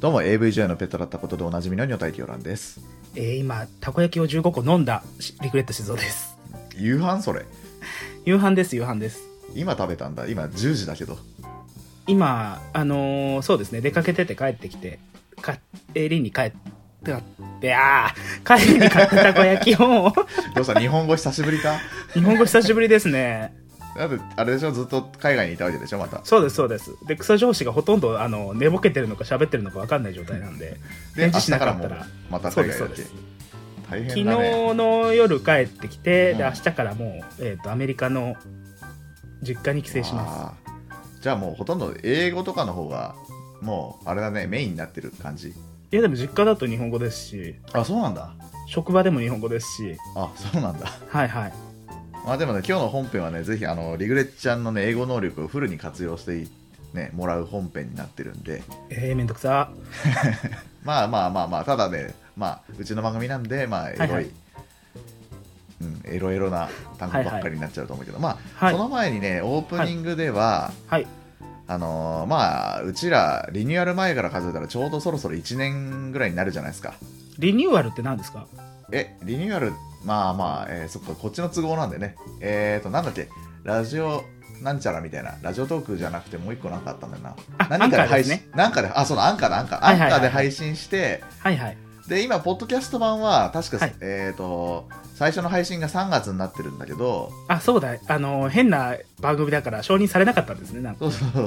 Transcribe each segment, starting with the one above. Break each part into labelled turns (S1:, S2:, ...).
S1: どうも AV 女優のペットだったことでおなじみの女体狂乱です
S2: えー今、たこ焼きを15個飲んだしリクレット静雄です。
S1: 夕飯それ
S2: 夕飯です、夕飯です。
S1: 今食べたんだ今10時だけど
S2: 今、あのーそうですね、出かけてて帰ってきて、帰りに帰って、ってあー帰りに買ったたこ焼きを、
S1: どうした日本語久しぶりか
S2: 日本語久しぶりですね。
S1: だってあれでしょずっと海外にいたわけでしょまた
S2: そうです、そうです。で、クソ上司がほとんど、あの、寝ぼけてるのか喋ってるのか分かんない状態なんで、
S1: で
S2: 返
S1: 明
S2: 事
S1: 日
S2: し
S1: か
S2: な
S1: ら
S2: かった
S1: も
S2: ら。
S1: また
S2: そう
S1: 海
S2: です、
S1: 外
S2: そ
S1: だ
S2: う
S1: っ
S2: で
S1: け大
S2: す。昨日
S1: 変だね
S2: の夜帰ってきて、で
S1: うん
S2: 明日からもう、えー、とアメリカの実家に帰省します
S1: あーじゃあもうほとんど英語とかの方がもうあれだねメインになってる感じ
S2: いやでも実家だと日本語ですし
S1: あそうなんだ
S2: 職場でも日本語ですし
S1: あそうなんだ
S2: はいはい
S1: まあでもね今日の本編はねぜひあのリグレッちゃんのね英語能力をフルに活用してねもらう本編になってるんで
S2: えー、めんどくさ
S1: まあまあまあまあただねまあうちの番組なんでまあエロい、
S2: はいはい
S1: うん、エロエロな単語ばっかりになっちゃうと思うけど、まあ、
S2: はい
S1: その前にねオープニングでは、
S2: はい
S1: あのーまあうちらリニューアル前から数えたらちょうどそろそろ1年ぐらいになるじゃないですか
S2: リニューアルって何ですか
S1: えリニューアルまあまあ、えーそっかこっちの都合なんでねえっ、ー、となんだっけラジオなんちゃらみたいなラジオトークじゃなくてもう一個なんかあったんだよな
S2: あ
S1: 何か
S2: アンカーで
S1: 配
S2: す
S1: 信、
S2: ね
S1: なんかであそうだアンカーだアンカー、
S2: はいはいはい
S1: アンカーで配信して
S2: はいはい
S1: で今ポッドキャスト版は確か、
S2: はい
S1: えっ、と最初の配信が3月になってるんだけど
S2: あそうだあのー変な番組だから承認されなかったんですねなんか
S1: そうそうそ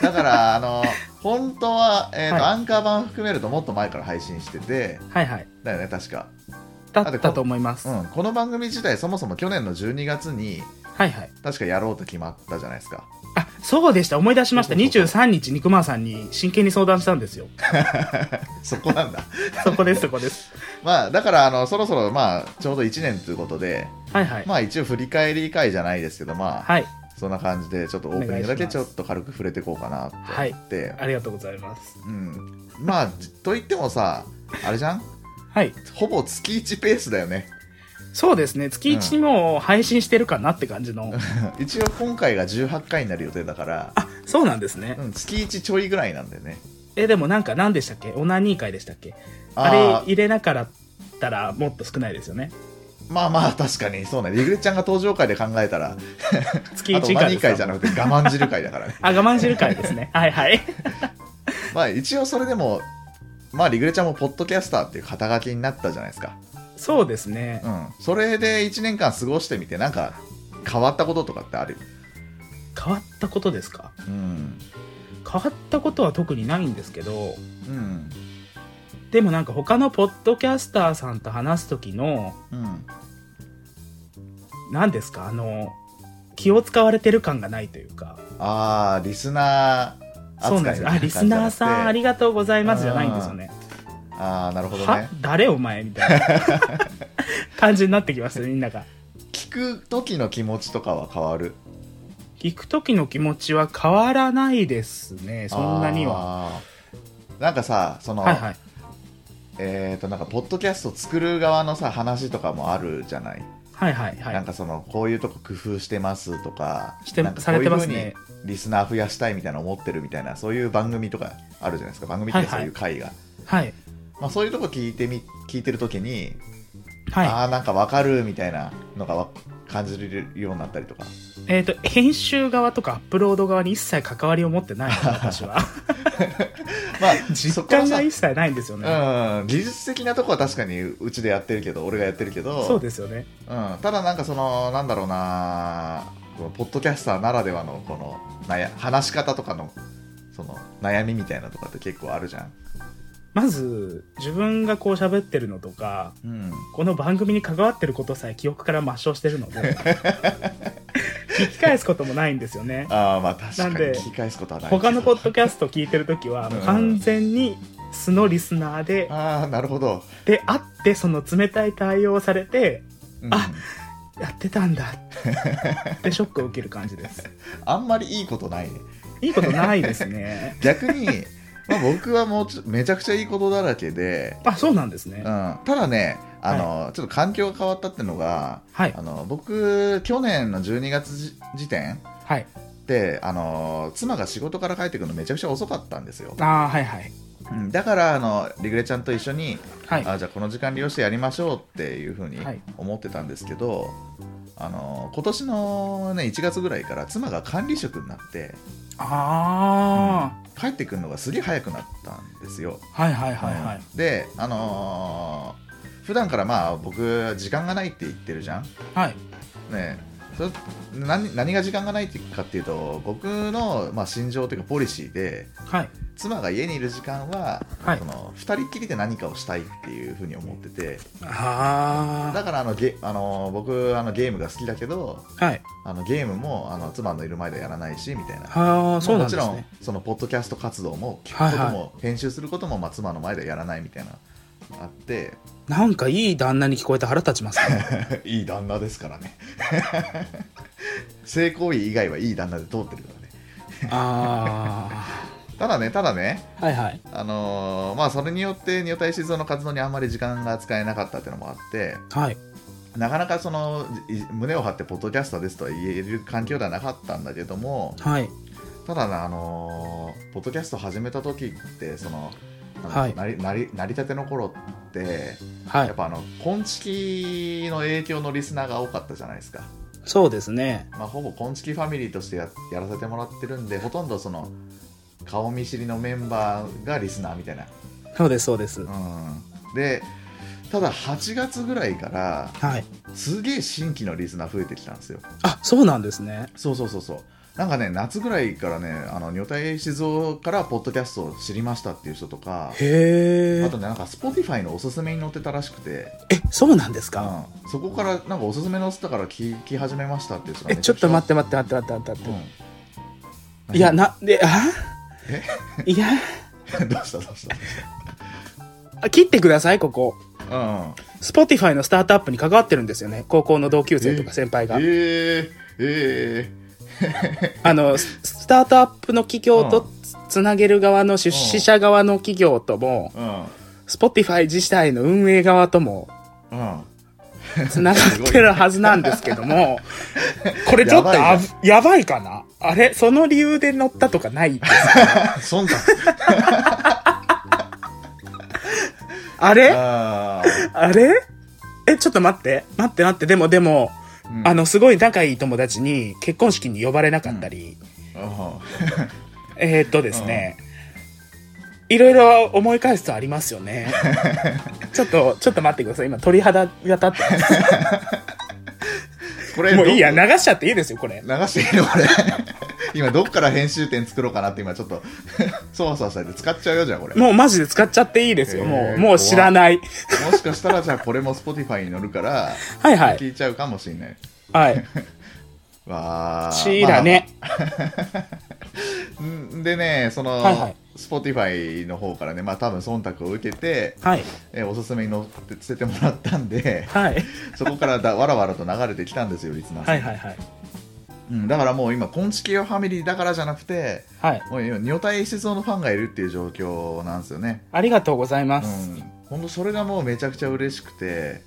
S1: うだからあ の本当は、えーと
S2: は
S1: アンカー版含めるともっと前から配信してて
S2: はいはい
S1: だよね確か、
S2: だったと思います、
S1: うん、この番組自体そもそも去年の12月に
S2: はいはい
S1: 確かやろうと決まったじゃないですか
S2: あそうでした思い出しました
S1: そうそう
S2: 23日肉まんさんに真剣に相談したんです よ
S1: そこなん だ
S2: そこですそこです
S1: まあだからあのそろそろまあちょうど1年ということで
S2: はいはい、
S1: まあ一応振り返り会じゃないですけどまあ、
S2: はい
S1: そんな感じでちょっとオープニングだけ
S2: お願い
S1: ち
S2: し
S1: ょ
S2: ま
S1: っと軽く触れていこうかなと
S2: は
S1: 思
S2: い
S1: って、
S2: ありがとうございます
S1: うん、まあじといってもさあれじゃん
S2: はい
S1: ほぼ月1ペースだよね
S2: そうですね月1も配信してるかなって感じの、
S1: 一応今回が18回になる予定だから、
S2: あそうなんですね、
S1: うん、月1ちょいぐらいなんだよね
S2: えでもなんか何でしたっけオナニー会でしたっけあ
S1: あ
S2: れ
S1: ー
S2: 入れなかったらもっと少ないですよね
S1: まあまあ確かにそうねリグレちゃんが登場回で考えたら
S2: 月
S1: あと
S2: 1
S1: 何
S2: 回
S1: 回
S2: です
S1: じゃ
S2: か
S1: なくて我慢汁回だからね
S2: あ我慢汁会ですねはいはい
S1: まあ一応それでもまあリグレちゃんもポッドキャスターっていう肩書きになったじゃないですか
S2: そうですね
S1: うんそれで1年間過ごしてみてなんか変わったこととかってある
S2: 変わったことですか
S1: うん
S2: 変わったことは特にないんですけど
S1: うん
S2: でもなんか他のポッドキャスターさんと話す時の
S1: うん
S2: 何ですかあの気を使われてる感がないというか
S1: ああリスナー
S2: そうな
S1: 扱
S2: ん
S1: い
S2: です
S1: み
S2: よ
S1: たい
S2: あ
S1: な
S2: リスナーさんあ
S1: 感じ
S2: りがとうございますじゃないんですよ
S1: じゃ
S2: ね
S1: なくてあーなるほど
S2: は
S1: ね
S2: 誰お前みたいな 感じになってきましたねみんなが
S1: 聞く時の気持ちとかは変わる
S2: 聞く時の気持ちは変わらないですねそんなには
S1: あーなんかさその、
S2: はいはい
S1: えっ、となんかポッドキャスト作る側のさ話とかもあるじゃない、
S2: はいはいは
S1: なん
S2: い
S1: かそのこういうとこ工夫してますとか
S2: して
S1: なんか
S2: されてます
S1: こういう
S2: ね
S1: 風にリスナー増やしたいみたいな思ってるみたいなそういう番組とかあるじゃないですか番組っていうかそ
S2: は
S1: うい
S2: いはいう
S1: 会が、
S2: はい
S1: まあ、そういうとこ聞いてみ聞いてる時に、
S2: は
S1: ああなんかわかるみたいなのがわ感じるようになったりと か
S2: いえっ、と編集側とかアップロード側に一切関わりを持ってない ので私は
S1: まあそ
S2: 実
S1: こは
S2: 感
S1: さ
S2: が一切ないんですよね、
S1: うん、技術的なとこは確かにうちでやってるけど俺がやってるけど
S2: そうですよね
S1: うん、ただなんかそのなんだろうなこのポッドキャスターならではのこの悩話し方とかのその悩みみたいなとかって結構あるじゃん、
S2: まず自分がこう喋ってるのとか
S1: うん、
S2: この番組に関わってることさえ記憶から抹消してるの で聞き返すこともないんですよね
S1: ああまあ確かに
S2: なんで
S1: 聞き返すことはないけど
S2: 他のポッドキャスト聞いてる時は
S1: うん
S2: もう完全に素のリスナーで、
S1: ああなるほど、
S2: であってその冷たい対応をされて
S1: うん、あ
S2: あやってたん だってショックを受ける感じです
S1: んまりいいことないね
S2: いいことないです ね
S1: 逆にまあ僕はもうちょめちゃくちゃいいことだらけで、
S2: あそうなんです
S1: う
S2: ね
S1: ん、ただねあの、ちょっと環境が変わったってのが
S2: はい
S1: あの僕去年の12月時時点
S2: はい
S1: であのー妻が仕事から帰ってくるのめちゃくちゃ遅かったんですよ
S2: あーはいはい
S1: うん、だからあのリグレちゃんと一緒に、
S2: はい。
S1: あじゃあこの時間利用してやりましょうっていうふうに
S2: はい
S1: 思ってたんですけど、あの今年の、ね、1月ぐらいから妻が管理職になって
S2: あ
S1: 帰ってくるのがすげえ早くなったんですよ。
S2: あ、はいはいはいはい。
S1: であのー普段からまあ僕時間がないって言ってるじゃん。
S2: はい。
S1: ねそれ何何が時間がないってかっていうと僕の、まあ、心情というかポリシーで
S2: はい。
S1: 妻が家にいる時間は、
S2: はい
S1: その2人っきりで何かをしたいっていうふうに思っててだ
S2: あ
S1: からあのゲ、あの僕あのゲームが好きだけど
S2: あ。はい。
S1: あのゲームもあの妻のいる前ではやらないしみたいな。
S2: ああ、そうなんです
S1: もちろん
S2: ね。
S1: そのポッドキャスト活動も聞く
S2: はい
S1: ことも、
S2: はい
S1: 編集することも、まあ、妻の前ではやらないみたいなあって
S2: なんかいい旦那に聞こえて腹立ちますね。
S1: いい旦那ですからね 性行為以外はいい旦那で通ってるからね
S2: あ
S1: ただねただね
S2: あ。はいはい。
S1: あのーまあそれによって女体静雄の活動にあんまり時間が使えなかったっていうのもあって
S2: はい。
S1: なかなかそのい胸を張ってポッドキャスターですとは言える環境ではなかったんだけども
S2: はい。
S1: ただね、あのーポッドキャスト始めた時ってそのなんだ
S2: はい
S1: なりなり成り立ての頃って
S2: は
S1: や
S2: い
S1: っ。ぱあの昆虫の影響のリスナーが多かったじゃないですか、
S2: そうですね。
S1: まあ、ほぼ昆虫ファミリーとしてややらせてもらってるんでほとんどその顔見知りのメンバーがリスナーみたいな
S2: そうです、そうです。
S1: うんでただ8月ぐらいから
S2: はい。
S1: すげえ新規のリスナー増えてきたんですよ
S2: あ、そうなんですね。
S1: そうそうそうそうなんかね夏ぐらいからねあの女体静雄からポッドキャストを知りましたっていう人とか
S2: へ
S1: あ
S2: え
S1: と。ねなんか Spotify のおすすめに載ってたらしくて、
S2: え、そうなんですか。
S1: うん、そこからなんかおすすめ載せたから聞き始めましたっていう人が
S2: え、ちょっと待ってて待って待って待って待って。
S1: うん、
S2: いや、な、で、あ
S1: え
S2: いや、
S1: 何 どうしたどう した
S2: あ切ってください、ここ。
S1: うん
S2: Spotify のスタートアップに関わってるんですよね。高校の同級生とか先輩が。
S1: えー、え
S2: あの、ススタートアップの企業
S1: う
S2: とつつなげる側の出資者側の企業とも、
S1: ー、うん
S2: Spotify 自体の運営側とも、
S1: うん
S2: つながってるはずなんですけども、これちょっと
S1: やばい
S2: あぶやばいかなあれその理由で乗ったとかないです
S1: 忖度
S2: あれ
S1: あ
S2: あれえ、ちょっと待って。待って待って。でもでも、
S1: うん
S2: あの、すごい仲いい友達に結婚式に呼ばれなかったり、
S1: あ
S2: えー、っとですね、いろいろ思い返すとあります よね。ちょっと、ちょっと待ってください。今、鳥肌が立っ てます
S1: これ
S2: もういいや、
S1: ど
S2: 流しちゃっていいですよ、これ
S1: 流。していいのこれ 今どっから編集点作ろうかなって今ちょっと そわそわしたいで使っちゃうよじゃあこれも
S2: もうマジで使っちゃっていいですよ。も
S1: えー
S2: う、もう知らない。
S1: しかしたらじゃあこれも Spotify に乗るから
S2: はいはい。
S1: 聞いちゃうかもしれない
S2: はい。
S1: わあ
S2: シーラね。
S1: まあんでねその、
S2: はいはい
S1: Spotify の方からねまあ多分忖度を受けて
S2: はい。
S1: えおすすめに載せてもらったんで
S2: はい。
S1: そこからだわらわらと流れてきたんですよリスナーさん、
S2: はいはいはい。
S1: うん、だからもう今「昆虫系ファミリー」だからじゃなくて
S2: はい。
S1: もう今女体施設のファンがいるっていう状況なんですよね
S2: ありがとうございます。
S1: うん、本当それがもうめちゃくちゃ嬉しくて、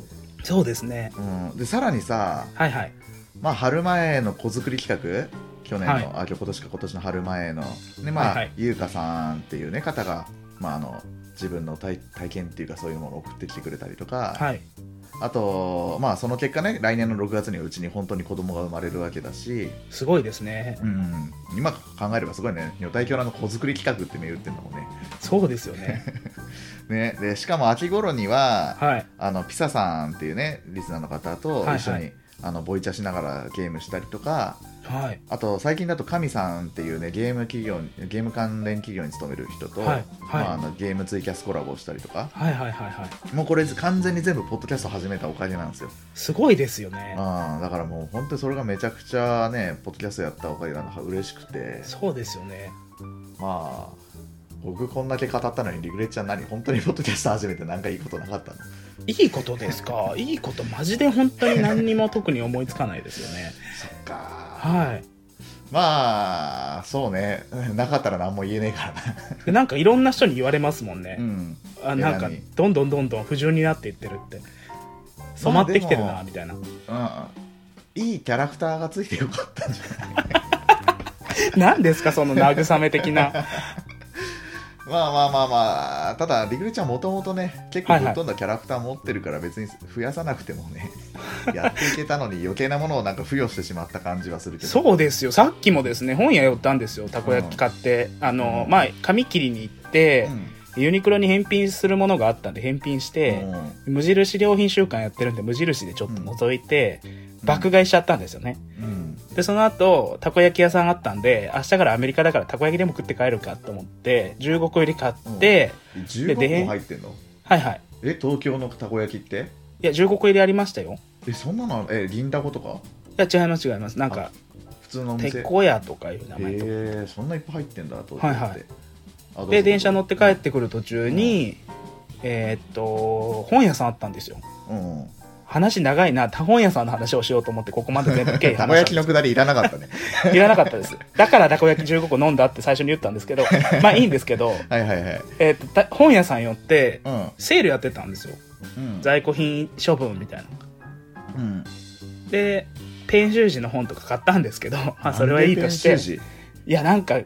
S2: そうですね。
S1: うん、でさらにさ、
S2: はいはい。
S1: まあ、春前の子作り企画去年の、
S2: はい
S1: あ今年か今年の春前のでまあ、
S2: はいはい
S1: ゆうかさんっていうね方が、まあ、あの自分の体体験っていうかそういうものを送ってきてくれたりとか、
S2: はい。
S1: あと、まあ、その結果ね来年の6月にはうちに本当に子供が生まれるわけだし、
S2: すごいですね。
S1: うん、今考えればすごいね女体狂乱の子作り企画って銘打ってるんだもんね
S2: そうですよね。
S1: ねでしかも秋頃には、
S2: はい。
S1: あのピサさんっていうねリスナーの方と一緒に、
S2: はいは
S1: あのボイチャしながらゲームしたりとか
S2: はい。
S1: あと最近だと神さんっていうねゲーム企業にゲーム関連企業に勤める人と、
S2: はいはい
S1: まあ、あのゲームツイキャスコラボしたりとか
S2: はいはいはいはい。
S1: もうこれ完全に全部ポッドキャスト始めたおかげなんですよ、
S2: すごいですよね。
S1: あーだからもう本当にそれがめちゃくちゃねポッドキャストやったおかげなんか嬉しくて
S2: そうですよね。
S1: まあ僕こんだけ語ったのにリグレッちゃん何本当にポッドキャスト始めてなんかいいことなかったの
S2: いいことですか。いいこと、マジで本当に何にも特に思いつかないですよね。
S1: そっか
S2: はい。
S1: まあそうねなかったら何も言えねえからな
S2: でなんかいろんな人に言われますもんね。
S1: ん
S2: あなんか
S1: いや何、
S2: どんどんどんどん不純になっていってるって。染まってきてる
S1: ま
S2: な、
S1: あでも
S2: みたいな。
S1: うんいいキャラクターがついてよかったんじゃない
S2: 何ですか、その慰め的な。
S1: まあまあまあまあただリグレちゃんもともとね結構
S2: はい
S1: ぶ
S2: は
S1: っ
S2: い
S1: 飛んだキャラクター持ってるから別に増やさなくても ねやっていけたのに余計なものをなんか付与してしまった感じはするけど
S2: そうですよさっきもですね本屋寄ったんですよたこ焼き買って、あの
S1: うん
S2: まあ紙切りに行って
S1: う、ん
S2: ユニクロに返品するものがあったんで返品して、無印良品週間やってるんで無印でちょっと覗いて、爆買いしちゃったんですよね
S1: うんうん
S2: でその後たこ焼き屋さんあったんで明日からアメリカだからたこ焼きでも食って帰るかと思って15個入り買って、
S1: 15個入ってんの
S2: はいはい
S1: え東京のたこ焼きって
S2: いや15個入りありましたよ
S1: えそんなのえ銀だことか
S2: いや違います違いますなんか
S1: 普通のお店
S2: 鉄鋼屋とかいう名前とか
S1: えー、そんないっぱい入ってんだ東京って、
S2: はいはい
S1: あどうぞ
S2: で電車乗って帰ってくる途中に、えーっと本屋さんあったんですよ
S1: うんうん
S2: 話長いな他本屋さんの話をしようと思ってここまで全部経緯
S1: たこ
S2: 話
S1: 焼き
S2: した
S1: の
S2: ん
S1: く
S2: で
S1: だりいらなかったね
S2: すいらなかったですだからたこ焼き15個飲んだって最初に言ったんです けどまあいいんですけど、
S1: はいはいはい
S2: えーっとた本屋さん寄って
S1: うん
S2: セールやってたんですよ
S1: うん
S2: 在庫品処分みたいな
S1: うん
S2: でペン習字の本とか買ったんですけ ど、まあ、それはいいとして
S1: なんで
S2: いやなんか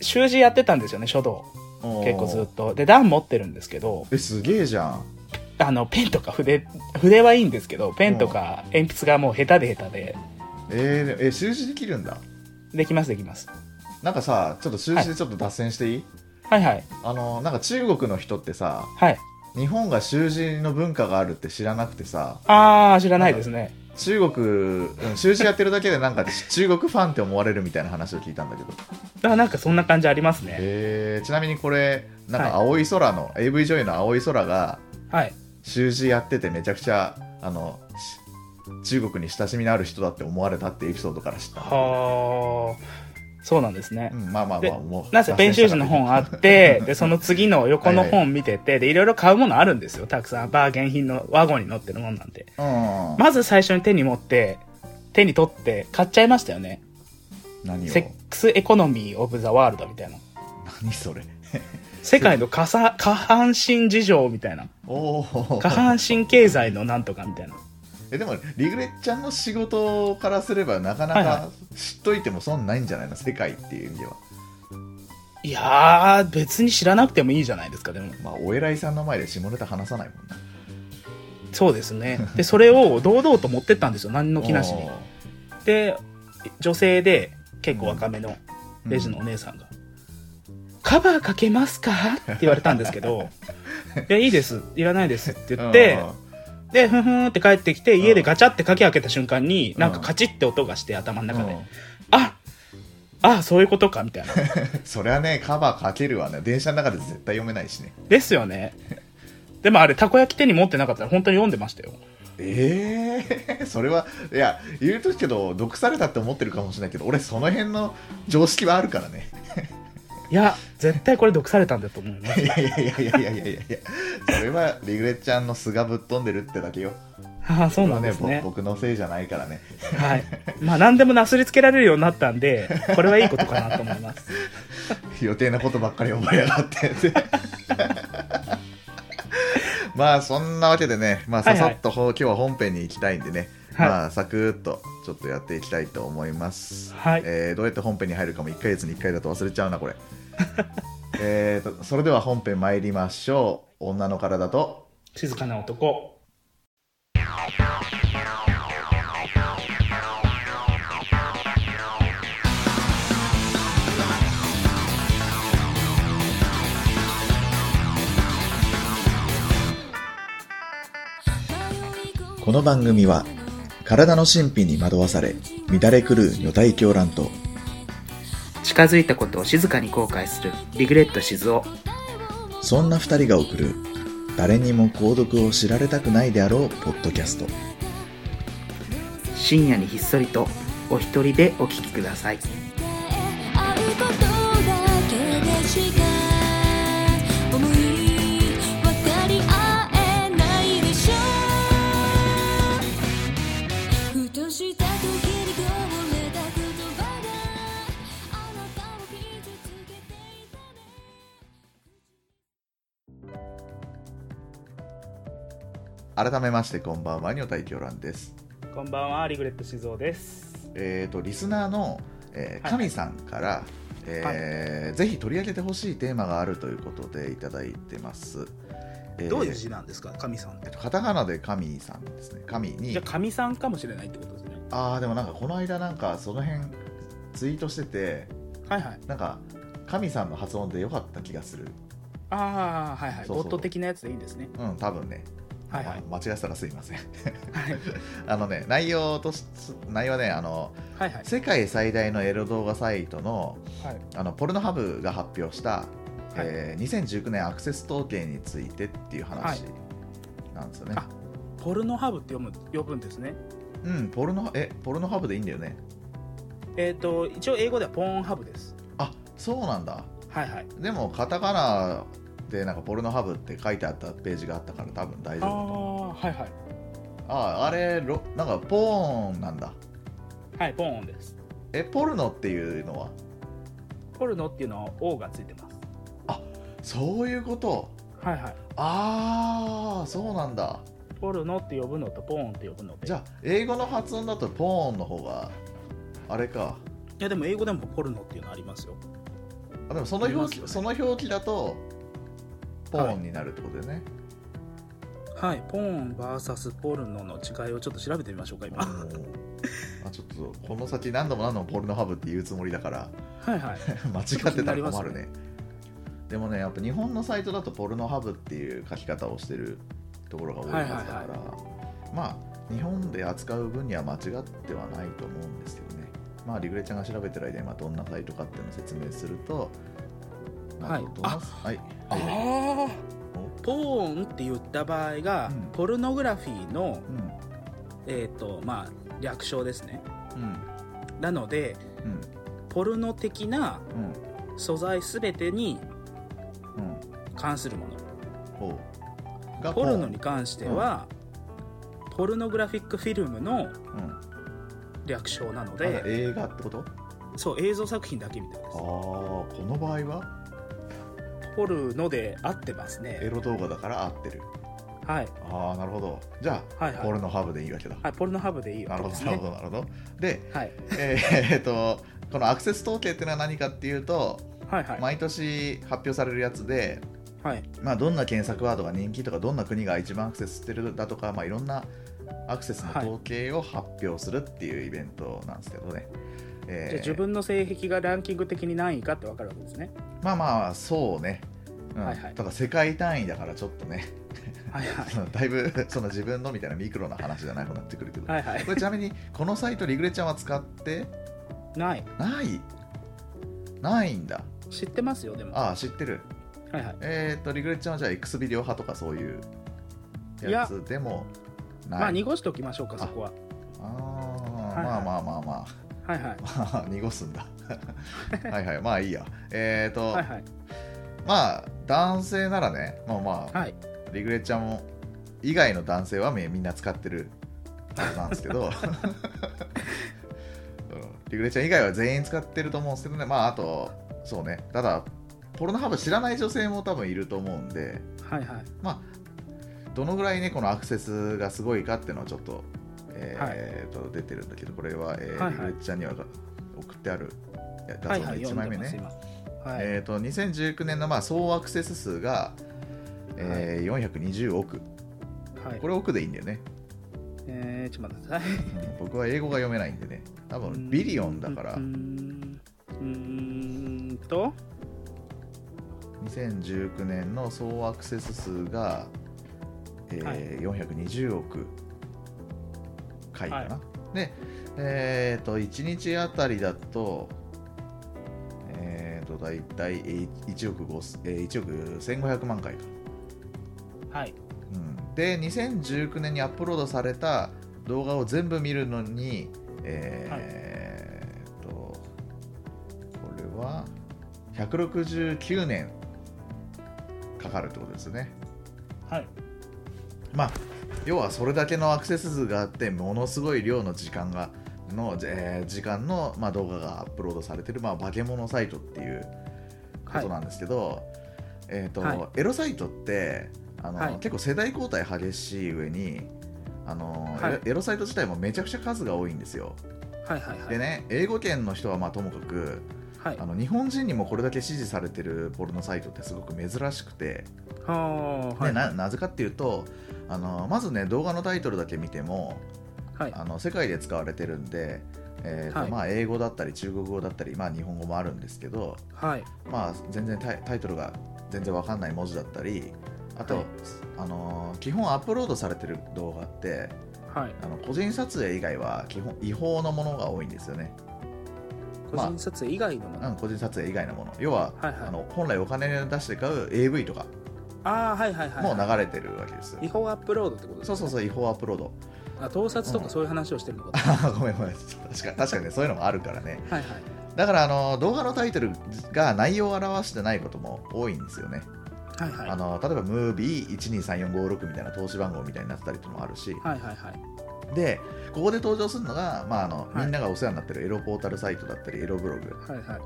S2: 習字やってたんですよね書道
S1: ペン習字
S2: 結構ず
S1: お
S2: っ
S1: ー
S2: とで段持ってるんですけど
S1: えすげえじゃん
S2: あのペンとか筆筆はいいんですけどペンとか鉛筆がもう下手で下手で
S1: えー、え数字できるんだ
S2: できますできます
S1: なんかさちょっと数字でちょっと脱線していい、
S2: はいはい
S1: あのなんか中国の人ってさ
S2: はい
S1: 日本が習字の文化があるって知らなくてさ
S2: ああ知らないですね
S1: 中国、うん、習字やってるだけでなんか中国ファンって思われるみたいな話を聞いたんだけど、
S2: だからなんかそんな感じありますね
S1: えー、ちなみにこれなん
S2: はい
S1: か青い空の、AV 女優の青い空が
S2: はい
S1: 習字やっててめちゃくちゃあのし中国に親しみのある人だって思われたってエピソードから知ったんだけど
S2: はあそうなんですね、
S1: うん、まあまあ
S2: で
S1: まあもう
S2: なぜペン習字の本あってでその次の横の
S1: はいは
S2: 本見ててでいろいろ買うものあるんですよたくさんバーゲン品のワゴンに乗ってるもんなんで
S1: うん、
S2: まず最初に手に持って手に取って買っちゃいましたよね
S1: 何を
S2: セックスエコノミー・オブ・ザ・ワールドみたいな
S1: 何そ れ
S2: 世界の下さ下半身事情みたいな
S1: おお
S2: 下半身経済のなんとかみたいな
S1: えでもリグレッちゃんの仕事からすればなかな
S2: はい
S1: か知っといても損ないんじゃないの世界っていう意味ではい
S2: やー別に知らなくてもいいじゃないですかでも
S1: まあお偉いさんの前で下ネタ話さないもんな
S2: そうですねでそれを堂々と持ってったんですよ何の気なし
S1: お
S2: に
S1: ー
S2: で女性で結構若めの
S1: うん
S2: レジのお姉さんが「カバーかけますか?」って言われたんですけ ど「いやいいですいらないです」って言ってでふんふんって帰ってきて
S1: ん
S2: 家でガチャって鍵開けた瞬間になんか
S1: うん
S2: カチッって音がして頭の
S1: うん
S2: 中で
S1: うん
S2: 「ああそういうことか」みた いな
S1: そりゃねカバーかけるわね電車の中で絶対読めないしね
S2: ですよねでもあれたこ焼き手に持ってなかったら本当に読んでましたよ
S1: ええ それはいや言うとくけど毒されたって思ってるかもしれないけど俺その辺の常識はあるからね
S2: いや絶対これ毒されたんだと思いま す
S1: いやいやいやいやいやいやいやそれはリグレッちゃんの素がぶっ飛んでるってだけよ
S2: ああそうなんです
S1: それは
S2: ね
S1: ぼ僕のせいじゃないからね
S2: はいまあ何でもなすりつけられるようになったんでこれはいいことかなと思いま す
S1: 予定なことばっかり覚えやがって まあそんなわけでね、まあ、
S2: はいは
S1: さ
S2: い
S1: さっとほ、今日は本編に行きたいんでね、
S2: はい
S1: まあサクッとちょっとやっていきたいと思います、
S2: はい
S1: えーどうやって本編に入るかも1ヶ月に1回だと忘れちゃうなこれ えーとそれでは本編参りましょう女の体と
S2: 静かな男
S1: この番組は体の神秘に惑わされ乱れ狂う女体狂乱と
S2: 近づいたことを静かに後悔するリグレット静雄
S1: そんな2人が送る誰にも購読を知られたくないであろうポッドキャスト
S2: 深夜にひっそりとお一人でお聞きください
S3: 会うことだけでしか思い渡り合えないでしょふとした時にこぼれた言葉があなたを傷つけていたね
S1: 改めましてこんばんは女体狂乱です
S2: こんばんはリグレット静雄です
S1: えっ、とリスナーの、えー
S2: はい
S1: 神さんから、えーぜひ取り上げてほしいテーマがあるということでいただいてます。えー
S2: どういう字なんですか、神さんっ。
S1: えってと、カタカナで神さんですね。神
S2: じ
S1: に
S2: ゃあ、。神さんかもしれないってことですね。
S1: ああ、でもなんかこの間なんかその辺ツイートしてて、
S2: はいはい。
S1: なんか神さんの発音で良かった気がする。
S2: ああ、はいはい。
S1: そう
S2: ゴ
S1: そう
S2: ッド的なやつでいい ですね。
S1: うん、多分ね。
S2: はいはい。
S1: まあ間違えたらすいません。
S2: はい
S1: あのね、内容とし、内容はね、あの、
S2: はいはい。
S1: 世界最大のエロ動画サイトの
S2: はい
S1: あのポルノハブが発表した、
S2: はい
S1: えー2019年アクセス統計についてっていう話なんですよね、
S2: あポルノハブって読む呼ぶんですね。
S1: うんポルノえポルノハブでいいんだよね
S2: えっ、と、一応英語ではポーンハブです。
S1: あそうなんだ
S2: はいはい。
S1: でもカタカナでなんかポルノハブって書いてあったページがあったから多分大
S2: あ
S1: 丈夫
S2: あ、はいはい。
S1: ああれろなんかポーンなんだ
S2: はい、ポーンです。
S1: えポルノっていうのは
S2: ポルノっていうのは O がついてます。
S1: そういうこと
S2: はいはい。
S1: ああそうなんだ
S2: ポルノって呼ぶのとポーンって呼ぶので。
S1: じゃあ英語の発音だとポーンの方があれか
S2: いやでも英語でもポルノっていうのありますよ。
S1: あでもその
S2: ありま
S1: 表記、
S2: すよね
S1: その表記だとポーンになるってことでね、
S2: はい、ポーン VS ポルノの違いをちょっと調べてみましょうか、今。
S1: あのあちょっとこの先何度も何度もポルノハブって言うつもりだから
S2: はいはい。
S1: 間違ってたら困るねでもねやっぱ日本のサイトだとポルノハブっていう書き方をしてるところが多いはずだから、
S2: はいはい
S1: まあ日本で扱う分には間違ってはないと思うんですけどねまあリグレちゃんが調べてる間にまあどんなサイトかっていうのを説明すると
S2: はい
S1: どんなはい
S2: あ
S1: はいはい
S2: あポーンって言った場合が、
S1: うん
S2: ポルノグラフィーの、えっ、と、まあ、略称ですね。
S1: うんうん
S2: なので、ポルノ的な
S1: うんうん
S2: 素材すべてに
S1: うん
S2: 関するもの。
S1: ほうが
S2: ポルノに関しては、ポルノグラフィックフィルムの
S1: ポーン、うん
S2: 略称なの
S1: あ
S2: で、
S1: 映画ってことあ
S2: そう、映像作品だけみたいで
S1: あ
S2: す。
S1: この場合は
S2: ポルノで合ってます
S1: エ
S2: ね。
S1: ロ動画だから合ってる
S2: はい。
S1: ああなるほどじゃあ、
S2: はいはい
S1: ポルノハブでいいわけだ、
S2: はい、ポルノハブでいいわ
S1: な
S2: け
S1: るほ
S2: で
S1: ど
S2: す
S1: なる
S2: ね
S1: ほ。どなるほどで
S2: はい、
S1: えーえーっとこのアクセス統計っていうのは何かっていうと、
S2: はいはい、
S1: 毎年発表されるやつで、
S2: はい、
S1: まあ、どんな検索ワードが人気とかどんな国が一番アクセスしてるだとか、まあ、いろんなアクセスの統計を発表するっていうイベントなんですけどね、えー
S2: じゃあ自分の性癖がランキング的に何位かって分かるわけですね。
S1: まあまあそうね、うん
S2: はいはい
S1: ただ世界単位だからちょっとね
S2: はいはい
S1: そのだいぶその自分のみたいなミクロな話じゃなくなってくるけど、
S2: はいはい
S1: これちなみにこのサイトリグレちゃんは使って
S2: ない
S1: ないないんだ
S2: 知ってますよでも。は
S1: ああ知ってる
S2: いはい。
S1: えっ、とリグレちゃんはじゃあ X ビデオ派とかそういうやつでもない
S2: まあ濁しておきましょうかそこは。
S1: あー
S2: い
S1: まあまあまあまあ
S2: はいはい
S1: まあ 濁すん だはいはいまあいいやえっ、と、
S2: はいはい
S1: まあ男性ならねまあまあ、
S2: はい
S1: リグレちゃんも以外の男性はみみんな使ってるはずなんですけ どうんリグレちゃん以外は全員使ってると思うんですけどねまああとそうねただポルノハブ知らない女性も多分いると思うんで
S2: はいはい。
S1: まあどのぐらいねこのアクセスがすごいかっていうのはちょっと,、えーと出てるんだけどこれは、えー
S2: はいはい
S1: リグレちゃんには送ってあるいや画
S2: は
S1: 像
S2: いは
S1: の
S2: い
S1: 1枚目ね、
S2: 読んでます今はい、
S1: えー、と2019年のまあ総アクセス数が、えー420億
S2: はい
S1: これ奥でいいんだよね。
S2: えー、ちょっと待ってください。
S1: 僕は英語が読めないんでね。多分ビリオンだから
S2: うー、んうーんと
S1: 2019年の総アクセス数が、えー420億回かな。
S2: は
S1: で、えっ、と、1日あたりだと、えっ、ー、と、大体えー1億5、えー1億1500万回か。
S2: はい
S1: うんで2019年にアップロードされた動画を全部見るのにえーっとこれは169年かかるってことですね
S2: はい
S1: まあ要はそれだけのアクセス数があってものすごい量の時間がの、えー時間の、まあ、動画がアップロードされてる、まあ、化け物サイトっていうことなんですけど、えーと
S2: は
S1: エロサイトってあの、
S2: はい
S1: 結構世代交代激しい上にあの、
S2: はい
S1: エロサイト自体もめちゃくちゃ数が多いんですよ。
S2: はいはいはい
S1: でね英語圏の人はまあともかく、
S2: はい
S1: あの日本人にもこれだけ支持されてるポルノサイトってすごく珍しくて、
S2: はあ
S1: で
S2: はい
S1: ななぜかっていうとあのまずね動画のタイトルだけ見ても
S2: はい
S1: あの世界で使われてるんで、えーと
S2: はい
S1: まあ、英語だったり中国語だったり、まあ、日本語もあるんですけど、
S2: はい
S1: まあ、全然タイタイトルが全然わかんない文字だったりあと、
S2: はい
S1: あのー基本アップロードされてる動画って
S2: はい
S1: あの個人撮影以外は基本違法のものが多いんですよね、
S2: 個人撮影以外のも
S1: う
S2: の、
S1: ん、個人撮影以外のもの要は、
S2: はいはい
S1: あの本来お金出して買う AV とか
S2: ああはいはいはい
S1: もう流れてるわけですよ、
S2: 違法アップロードってことです
S1: そ
S2: ね
S1: うそうそう違法アップロード
S2: あ盗撮とかそういう話をしてるのかと、
S1: あ ーごめんごめん確か確かにねそういうのもあるからね
S2: はいはい
S1: だからあの動画のタイトルが内容を表してないことも多いんですよね、
S2: はいはい
S1: あの例えばムービー123456みたいな投資番号みたいになってたりともあるし、
S2: はいはいはい
S1: でここで登場するのが、まああの
S2: はい
S1: みんながお世話になってるエロポータルサイトだったりエロブログ
S2: はいはい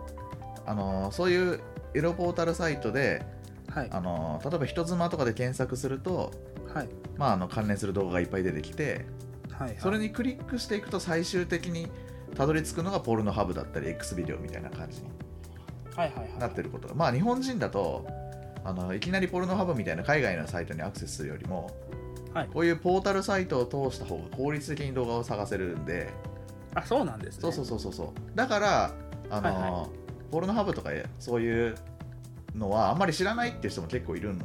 S1: あのそういうエロポータルサイトで
S2: はい
S1: あの例えば人妻とかで検索すると、
S2: はい
S1: まあ、あの関連する動画がいっぱい出てきて
S2: はい
S1: それにクリックしていくと最終的にたどり着くのがポルノハブだったり X ビデオみたいな感じに
S2: はいはいはい
S1: なってることまあ日本人だとあのいきなりポルノハブみたいな海外のサイトにアクセスするよりも、
S2: はい
S1: こういうポータルサイトを通した方が効率的に動画を探せるんで
S2: あそうなんですね
S1: そうそうそうそうそうだからあの、
S2: はいは
S1: ポルノハブとかそういうのはあんまり知らないっていう人も結構いるのよ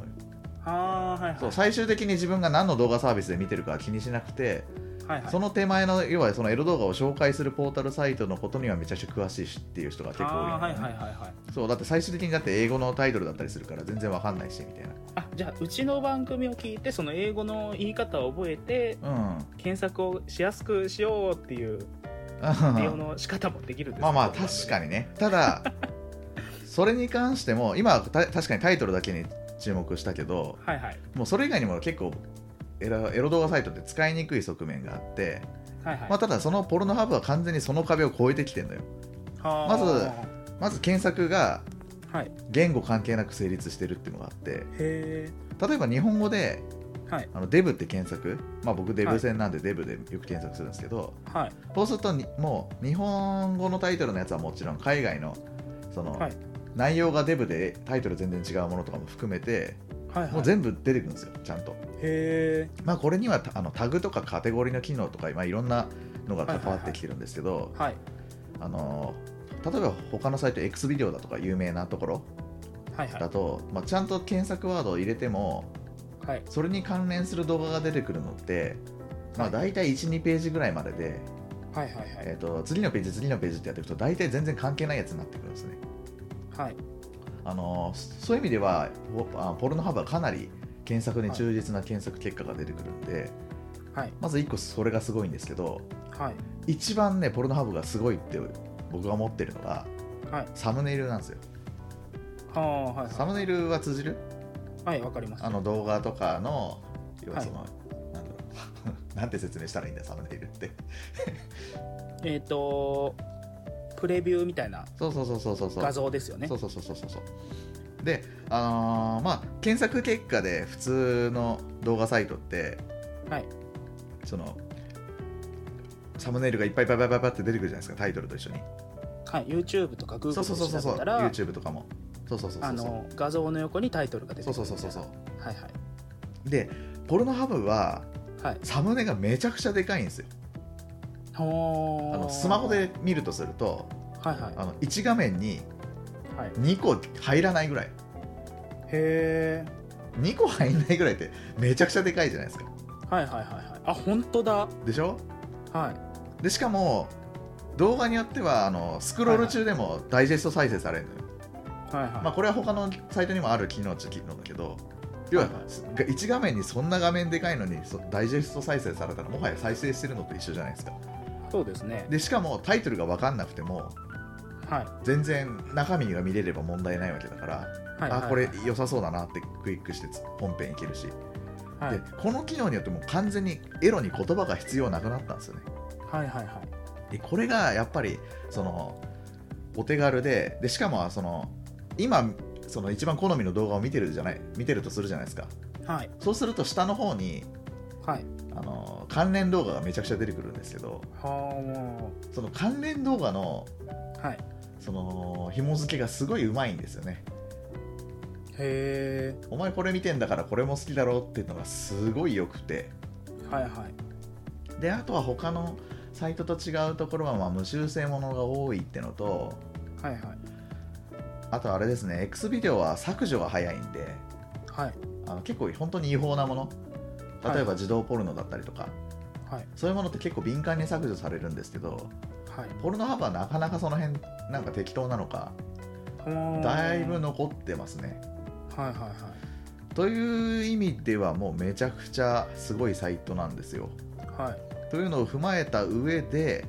S2: あーはいはい
S1: そう最終的に自分が何の動画サービスで見てるかは気にしなくて、
S2: はいはい
S1: その手前の要はそのエロ動画を紹介するポータルサイトのことにはめちゃくちゃ詳しいしっていう人が結構多い
S2: あー
S1: の
S2: は
S1: よ
S2: い
S1: ね
S2: はいはいはい
S1: そうだって最終的にだって英語のタイトルだったりするから全然わかんないしみたい
S2: あじゃあうちの番組を聞いてその英語の言い方を覚えて
S1: な
S2: 検索をしやすくしようっていう利
S1: う
S2: 用
S1: ん
S2: の仕方もできるんで す
S1: まあまあ確か
S2: に
S1: にねただそれに関しても今はた確かにタイトルだけに注目したけど
S2: はいはい
S1: もうそれ以外にも結構エロエロ動画サイトって使いにくい側面があって、
S2: はいはい
S1: まあ、ただそのポルノハブは完全にその壁を越えてきてるのよ
S2: は
S1: ま
S2: あ
S1: ずまず検索が
S2: はい
S1: 言語関係なく成立してるっていうのがあって
S2: へ
S1: 例えば日本語で
S2: えはい
S1: あのデブって検索、まあ、僕デブ戦なんでデブでよく検索するんですけど、
S2: はい
S1: そうするとにもう日本語のタイトルのやつはもちろん海外のその、
S2: はい
S1: 内容がデブでタイトル全然違うものとかも含めて
S2: はいはい
S1: もう全部出てくるんですよちゃんと。
S2: へえ
S1: まあ、これにはたあのタグとかカテゴリーの機能とか、まあ、いろんなのが関わってきてるんですけど、
S2: はい
S1: あの例えば他のサイト X ビデオだとか有名なところ
S2: はいは
S1: だと、まあ、ちゃんと検索ワードを入れても
S2: いはい
S1: それに関連する動画が出てくるのって、まあ、
S2: は
S1: 大
S2: い
S1: 体12ページぐらいまでで、
S2: はいはいはい
S1: えー、と次のページ次のページってやっていくと大体全然関係ないやつになってくるんですね、
S2: はい
S1: あのそそういう意味ではポあポルノハブはかなり検索に忠実な検索結果が出てくるんで、
S2: はい
S1: まず1個それがすごいんですけど
S2: はい
S1: 一番ねポルノハブがすごいって僕が思ってるのが
S2: はい
S1: サムネイルなんですよ
S2: はあはい
S1: サムネイルは通じる
S2: はいはいわかります
S1: あの動画とかの要は
S2: はい
S1: その、なんだろう なんて説明したらいいんだよサムネイルって
S2: えっとプレビューみたいな
S1: そうそうそうそうそうそう
S2: 画像ですよね
S1: そうそうそうそうそうそうであのーまあ検索結果で普通の動画サイトって
S2: はい
S1: そのサムネイルがいっぱいババババって出てくるじゃないですかタイトルと一緒に
S2: はい YouTube とか Google
S1: そうそうそうそう
S2: で
S1: そ
S2: 調
S1: う
S2: べたら
S1: YouTube とかもそうそうそうそ
S2: あ
S1: うそう
S2: の画像の横にタイトルが出
S1: そ
S2: て
S1: う
S2: くる
S1: そうそうそうそう
S2: はいはい
S1: でポルノハブは
S2: はい
S1: サムネがめちゃくちゃでかいんですよ
S2: ほー
S1: あのスマホで見るとすると
S2: はいはい
S1: あの1画面に
S2: はい
S1: 2個入らないぐらい
S2: へえ
S1: 2個入んないぐらいってめちゃくちゃでかいじゃないですか
S2: はいはいはいはいあ本当だ
S1: でしょ
S2: はい
S1: でしかも動画によってはあのスクロール中でもダイジェスト再生されるのよ、
S2: はい
S1: まあ、
S2: は
S1: これは他のサイトにもある機能っちゃ機能だけど要は
S2: はいはい
S1: 1画面にそんな画面でかいのにそダイジェスト再生されたらもはや再生してるのと一緒じゃないですか
S2: いそうですね
S1: でしかもタイトルが分かんなくても
S2: は
S1: 全然中身が見れれば問題ないわけだから、
S2: いはいはい
S1: あこれ良さそうだなってクリックして本編いけるし、
S2: はいはい
S1: でこの機能によってもう完全にエロに言葉が必要なくなったんですよね
S2: はいはいはい
S1: でこれがやっぱりそのお手軽ででしかもその今その一番好みの動画を見てるじゃない見てるとするじゃないですか
S2: はい
S1: そうすると下の方に
S2: はい
S1: あの関連動画がめちゃくちゃ出てくるんですけど
S2: はあも
S1: その関連動画の
S2: うはい
S1: その紐付けがすごいうまいんですよね
S2: へ
S1: お前これ見てんだからこれも好きだろっていうのがすごい良くて
S2: えはいはい
S1: であとは他のサイトと違うところはまあ無修正ものが多いってのと
S2: はいはい
S1: あとあれですね X ビデオは削除が早いんで
S2: はい
S1: あの結構本当に違法なもの例えば自動ポルノだったりとか、
S2: はい
S1: そういうものって結構敏感に削除されるんですけど
S2: はい
S1: ポルノハブはなかなかその辺なんか適当なのか
S2: うーん
S1: だいぶ残ってますね
S2: はいはいは
S1: という意味ではもうめちゃくちゃすごいサイトなんですよ
S2: いはい
S1: というのを踏まえた上で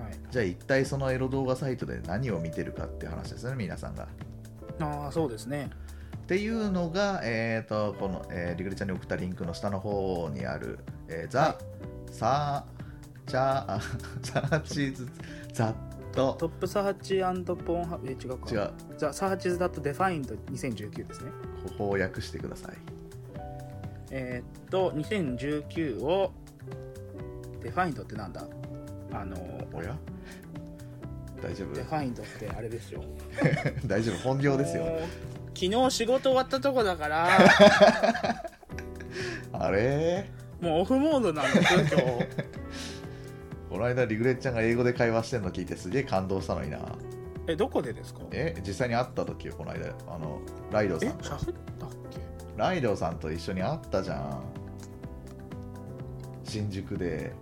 S2: はい
S1: じゃあ一体そのエロ動画サイトで何を見てるかっていう話ですね皆さんが
S2: ああそうですね
S1: っていうのが、えー、とこの、えーリグレちゃんに送ったリンクの下の方にある、えー、ザ・サーチャ ーサーチズ・ザット
S2: トップサーチポンハブえ違うか
S1: 違う
S2: ザ・サーチズ・ダット・デファインド2019ですね
S1: ここを訳してください
S2: えーっと2019をデファインドってなんだあの
S1: おや大丈
S2: デフ
S1: 夫
S2: ァインドってあれですよ
S1: 大丈夫本業ですよ
S2: もう昨日仕事終わったとこだから
S1: あれ
S2: もうオフモードなんです よ今日
S1: この間リグレッちゃんが英語で会話してるの聞いてすげえ感動したのにな
S2: えどこでですか
S1: え実際に会った時よこの間あのライド
S2: え
S1: さん
S2: 喋ったっけ
S1: ライドさんと一緒に会ったじゃん新宿で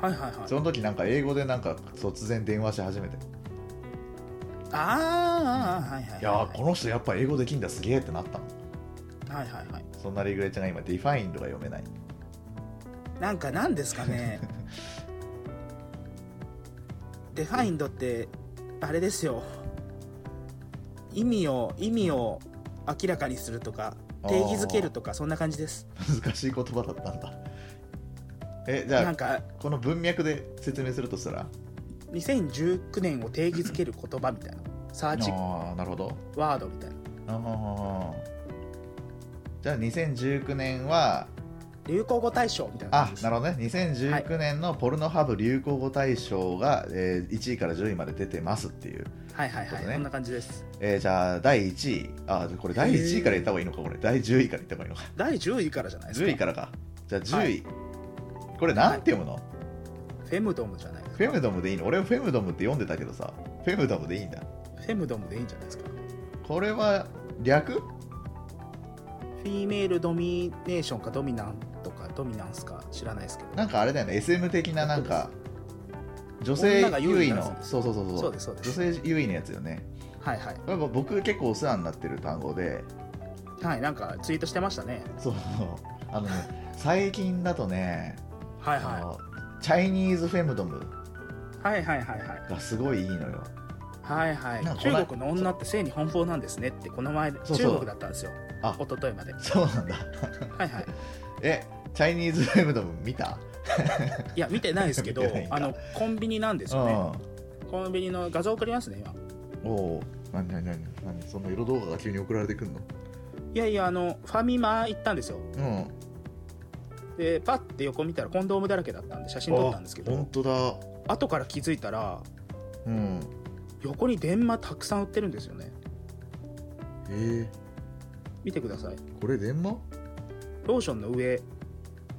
S2: はいはいはい
S1: その時なんか英語でなんか突然電話し始めて「
S2: ああーはいはいはい
S1: いやーこの人やっぱ英語できんだすげえ」ってなったの
S2: はいはいはい
S1: そんなリグレちゃんが今「ディファインド」が読めない
S2: なんかなんですかねデファインドってあれですよ意味を意味を明らかにするとか
S1: あー
S2: 定義づけるとかそんな感じです
S1: 難しい言葉だったんだえじゃ
S2: な
S1: あ
S2: んか
S1: この文脈で説明するとしたら
S2: 2019年を定義づける言葉みたいなサーチ
S1: ああなるほど
S2: ワードみたいな
S1: ああじゃあ2019年は
S2: 流行語大賞みたいな感
S1: あ
S2: じです
S1: なるほどね2019年のポルノハブ流行語大賞が、えー1位から10位まで出てますっていう、
S2: はいはいはい
S1: そう
S2: こ、
S1: ね
S2: んな感じです
S1: えーじゃあ第1位あこれ第1位から言った方がいいのかこれ第10位から言った方がいいのか
S2: 第10位からじゃないですか
S1: 10位からかじゃあ10位、これなんて読むの、
S2: フェムドムじゃないです
S1: フ
S2: か
S1: ェムドムでいいの俺フェムドムって読んでたけどさフェムドムでいいんだ
S2: フェムドムでいいんじゃないですか
S1: これは略
S2: フィメールドミネーションかドミナントかドミナンスか知らないですけど
S1: なんかあれだよね SM 的ななんか女
S2: 女
S1: 性
S2: が優
S1: 優
S2: 位
S1: 位
S2: なやつ
S1: のそうそうそうそう
S2: そうですそうです
S1: 女性優位のやつよね
S2: はいはい
S1: これ僕結構お世話になってる単語で
S2: はいなんかツイートしてましたね
S1: そうあのね最近だとね、
S2: はい
S1: あ
S2: は
S1: のチャイニーズフェムドム
S2: いはいはいはいはい
S1: がすごいいいのよ
S2: はいはい
S1: なんかこれ
S2: 中国の女って性に奔放なんですねってこの前
S1: そう
S2: 中国だったんですよ
S1: あ
S2: 一昨日までは
S1: そうなんだ
S2: いはい
S1: えチャイニーズフェムドム見た
S2: いや見てないですけ ど
S1: 見てないんだ
S2: あのコンビニなんですよねコンビニの画像送りますね今
S1: うんおお何何何何そんな色動画が急に送られてくんの
S2: いやいやあのファミマ行ったんですよ
S1: うん
S2: でパッて横見たらコンドームだらけだったんで写真撮ったんですけ
S1: あ本当
S2: ど
S1: だ
S2: 後から気づいたら
S1: うん
S2: 横に電話たくさん売ってるんですよね
S1: えー、
S2: 見てください
S1: これ電話
S2: ローションの上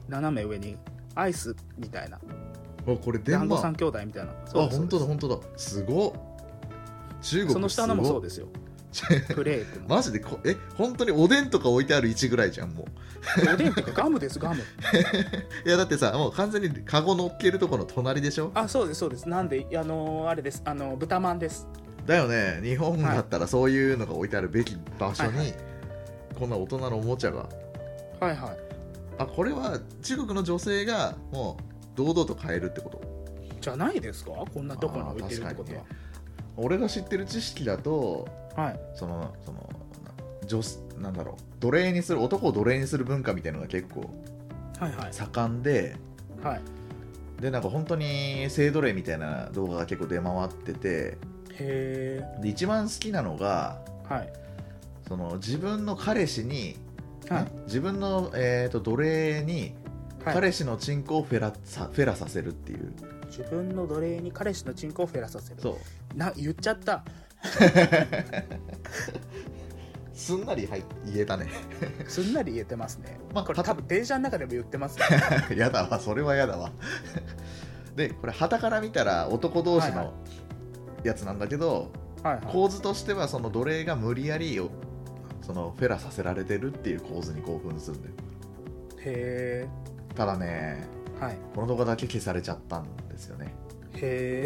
S2: 斜め上にアイスみたいな
S1: あこれ電
S2: 団子
S1: 話
S2: 三
S1: あ
S2: 兄弟みたいなそうです
S1: 本当だ本当だすごっ中国
S2: その下のもそう
S1: で
S2: ですよ
S1: すごっ
S2: クレープ も
S1: マジでこえ本当におでんとか置いてある位置ぐらいじゃんもう
S2: おでんってガムですガム
S1: いやだってさもう完全にカゴ乗っけるとこの隣でしょ
S2: あそうですそうですなんであのーあれですあのー豚まんです
S1: だよね日本だったらそういうのが置いてあるべき場所に、
S2: はいは
S1: こんな大人のおもちゃが
S2: はいはい
S1: あこれは中国の女性がもう堂々と買えるってこと
S2: じゃないですかこんなとこに置いてるってことは
S1: あー、俺が知ってる知識だと
S2: はい
S1: そのそのな女なんだろう奴隷にする男を奴隷にする文化みたいなのが結構
S2: はいはい
S1: 盛んで
S2: はい
S1: でなんか本当に性奴隷みたいな動画が結構出回ってて
S2: へえ
S1: で一番好きなのが
S2: はい
S1: その自分の彼氏に、
S2: はい
S1: ね自分の、えー、と奴隷に
S2: はい
S1: 彼氏のチンコをフェラさフェラさせるっていう
S2: 自分の奴隷に彼氏のチンコをフェラさせる
S1: そう
S2: な言っちゃった
S1: すんなり、はい、言えたね
S2: すんなり言えてますね。
S1: まあ
S2: これ
S1: たと
S2: 多分電車の中でも言ってます ね。
S1: やだわそれはやだわ でこれ旗から見たら男同士
S2: はいは
S1: のやつなんだけど、
S2: はいはい。
S1: 構図としてはその奴隷が無理やりをそのフェラさせられてるっていう構図に興奮するんだよ
S2: へ
S1: ただね
S2: え。はい。
S1: この動画だけ消されちゃったんですよね
S2: へえ。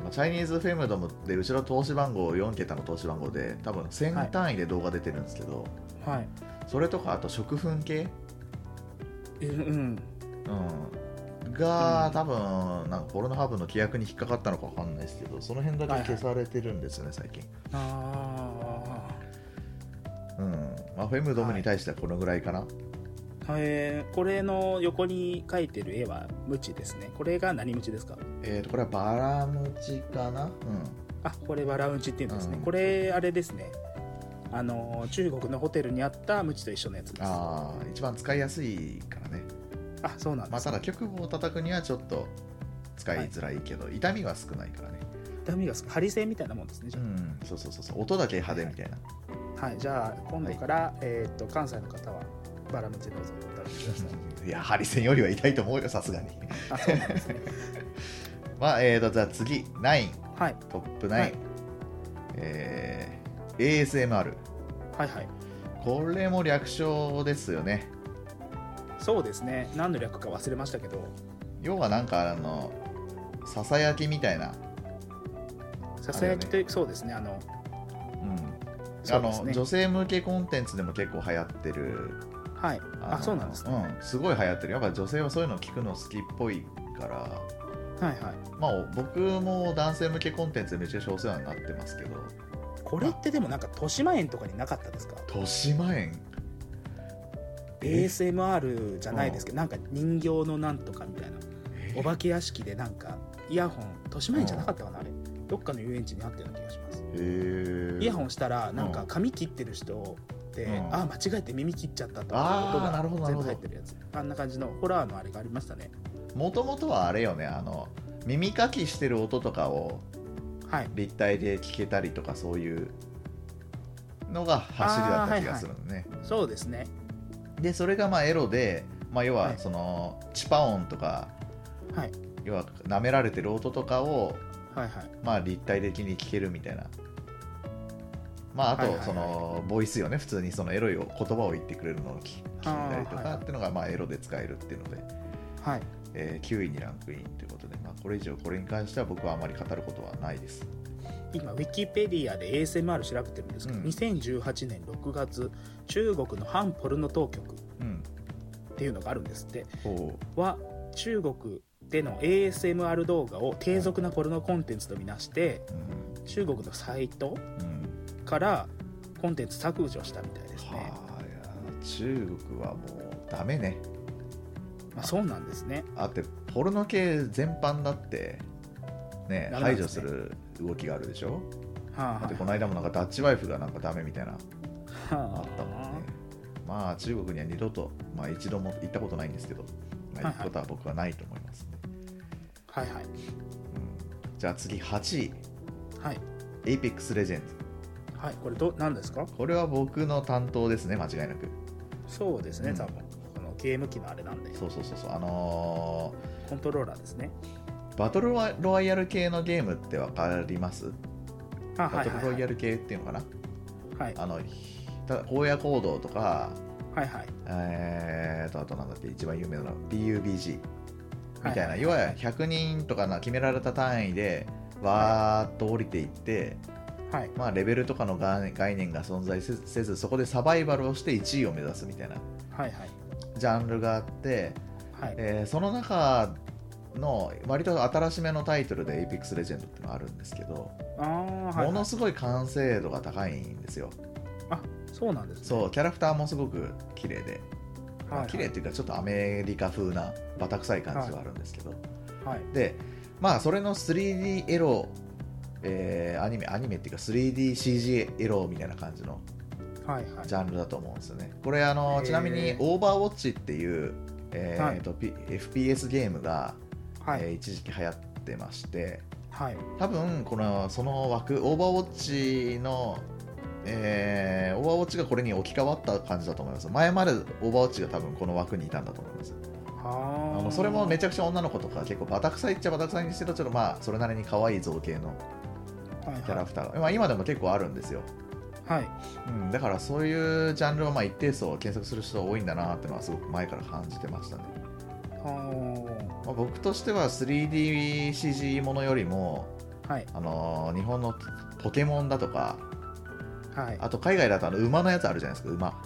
S1: あのチャイニーズフェムドムで後ろ投資番号4桁の投資番号で多分1000単位で動画出てるんですけど、
S2: はい。
S1: それとかあと食粉系、
S2: えうん。
S1: うん、が、
S2: うん
S1: 多分なんかポルノハブの規約に引っかかったのかわかんないですけどその辺だけ消されてるんですよね、最近、
S2: あ
S1: うんまあ、フェムドムに対してはこのぐらいかな、
S2: あ。へえ。これの横に描いてる絵はムチですね。これが何ムチですか
S1: えー、とこれはバラムチかな、
S2: あこれバラウンチっていうんですね、
S1: うん
S2: これあれですねあの中国のホテルにあったムチと一緒のやつで
S1: うん、
S2: すあ
S1: ああ一番使いやすいからね、
S2: そうなん
S1: ま
S2: で
S1: あ、
S2: す、
S1: ただ局部を叩くにはちょっと使いづらいけど、痛みは少ないからね
S2: 痛みがすハリセンみたいなもんですねじ
S1: う
S2: ゃあ、
S1: んそうそうそうそう音だけ派手みたいな
S2: はいじゃあ今度から、えーっと関西の方はバラムチどうぞお食べてください
S1: いやハリセンよりは痛いと思うよさすがに
S2: あそうなんですね
S1: まあえーとじゃあ次9
S2: はい
S1: トップ9、
S2: はい
S1: えー ASMR
S2: はいはい
S1: これも略称ですよね
S2: そうですね何の略か忘れましたけど
S1: 要はなんかあのささやきみたいな、
S2: ささやきという、そうですねあの
S1: うん
S2: そ
S1: あ
S2: うで
S1: の
S2: すね
S1: 女性向けコンテンツでも結構流行ってる
S2: はいあ
S1: の
S2: そうなんですね、
S1: うん、すごい流行ってるやっぱ女性はそういうの聞くの好きっぽいから
S2: はいはい
S1: まあお僕も男性向けコンテンツでめちゃくちゃお世話になってますけど
S2: これってでもなんか豊島園とかになかったですか
S1: 豊島園
S2: ASMR じゃないですけどなんか人形のなんとかみたいな
S1: え
S2: お化け屋敷でなんかイヤホン豊島園じゃなかったかなあれどっかの遊園地にあったような気がします
S1: えー
S2: イヤホンしたらなんか髪切ってる人って、
S1: うん
S2: あ間違えて耳切っちゃったと
S1: あー
S2: か音
S1: なるほど
S2: が
S1: なる
S2: 全
S1: ほ
S2: 部
S1: ど
S2: 入ってるやつあんな感じのホラーのあれがありましたね
S1: もともとはあれよねあの耳かきしてる音とかを
S2: はい
S1: 立体で聞けたりとかそういうのが走りだった気がするのね、
S2: そうですね
S1: でそれがまあエロで、まあ、要
S2: は
S1: はいその、チパ音とか
S2: はい
S1: 要は舐められてる音とかを
S2: はいはい
S1: まあ立体的に聞けるみたいなまああ
S2: はいは
S1: と
S2: いはい
S1: そのボイスよね普通にそのエロい言葉を言ってくれるのを聞聞いたりと
S2: あーはい
S1: か
S2: はい
S1: っていうのがまあエロで使えるっていうので、
S2: はい
S1: えー9位にランクインということで、まあ、これ以上これに関しては僕はあまり語ることはないです
S2: 今ウィキペディアで ASMR 調べてるんですけど、
S1: うん
S2: 2018年6月中国の反ポルノ当局っ
S1: うん
S2: ていうのがあるんですって
S1: ほ
S2: は中国での ASMR 動画を低俗なポルノコンテンツとみなして
S1: ううん
S2: 中国のサイト
S1: うん
S2: からコンテンツ削除したみたいですね、
S1: はあいや中国はもうダメね
S2: まあ、そうなんですね
S1: あってポルノ系全般だってね
S2: ダメなん
S1: 排
S2: で
S1: 除
S2: す
S1: す
S2: ね
S1: る動きがあるでしょ
S2: はあ
S1: だってこの間もなんかダッチワイフがなんかダメみたいなあ
S2: は
S1: ったもんね。まあ中国には二度と、まあ、一度も行ったことないんですけど、まあ、
S2: はいはい
S1: 行くことは僕はないと思いますね、
S2: あはいはい
S1: うんじゃあ次8位
S2: はい
S1: APEX レジェンズ
S2: はいこれど何ですか
S1: これは僕の担当ですね間違いなく
S2: そうです
S1: う
S2: ね
S1: ん
S2: 多分、このゲーム機のあれなんで
S1: そうそうそうそうあの
S2: コントローラーですね
S1: ーバトルロワイヤル系のゲームってわかりますバ
S2: あはい
S1: ト
S2: は
S1: ルロ
S2: いは
S1: イ
S2: い
S1: ヤル系っていうのかな、
S2: はい
S1: あのただ荒野行動とか
S2: はいはい
S1: えーとあとなんだっけ一番有名なの PUBG みたいな、
S2: はい
S1: 要は100人とかな決められた単位でわーっと降りていって、
S2: はい
S1: まあ、レベルとかのが概念が存在せせずそこでサバイバルをして1位を目指すみたいな
S2: はいはい
S1: ジャンルがあって、
S2: はい
S1: えーその中の割と新しめのタイトルで「Apex Legend」ってのがあるんですけど、
S2: あーはい
S1: も
S2: は
S1: の
S2: い
S1: すごい完成度が高いんですよ
S2: そうなんですね
S1: そうキャラクターもすごく綺麗で、
S2: はいはい
S1: 綺麗っていうかちょっとアメリカ風なバタ臭い感じはあるんですけど、
S2: はい
S1: でまあそれの 3D エロ、えーアニメアニメっていうか 3DCG エロみたいな感じの
S2: はいはい
S1: ジャンルだと思うんですよねこれあの
S2: へー
S1: ちなみに「オーバーウォッチ」っていう、えー
S2: はい
S1: えーと P- FPS ゲームが、
S2: はい
S1: えー一時期流行ってまして
S2: はい。
S1: 多分このその枠オーバーウォッチの、えーオーバーウォッチがこれに置き換わった感じだと思います前までオーバーウォッチが多分この枠にいたんだと思いますあ
S2: あ
S1: のそれもめ
S2: ち
S1: ちゃくちゃ女の子とか結構バタ臭いっちゃバタ臭いにしてたけどまあそれなりに可愛い造形の
S2: ゃ、はい
S1: キャラ
S2: は
S1: クターが、まあ、今でも結構あるんですよ、
S2: い、はい。
S1: うん、だからそういうジャンルをまあ一定層検索する人が多いんだなってのはすごく前から感じてましたね、
S2: あ
S1: まあ、僕としては 3DCG ものよりも
S2: ーはい。
S1: あのー日本のポケモンだとか
S2: はい。
S1: あと海外だとあの馬のやつあるじゃないですか馬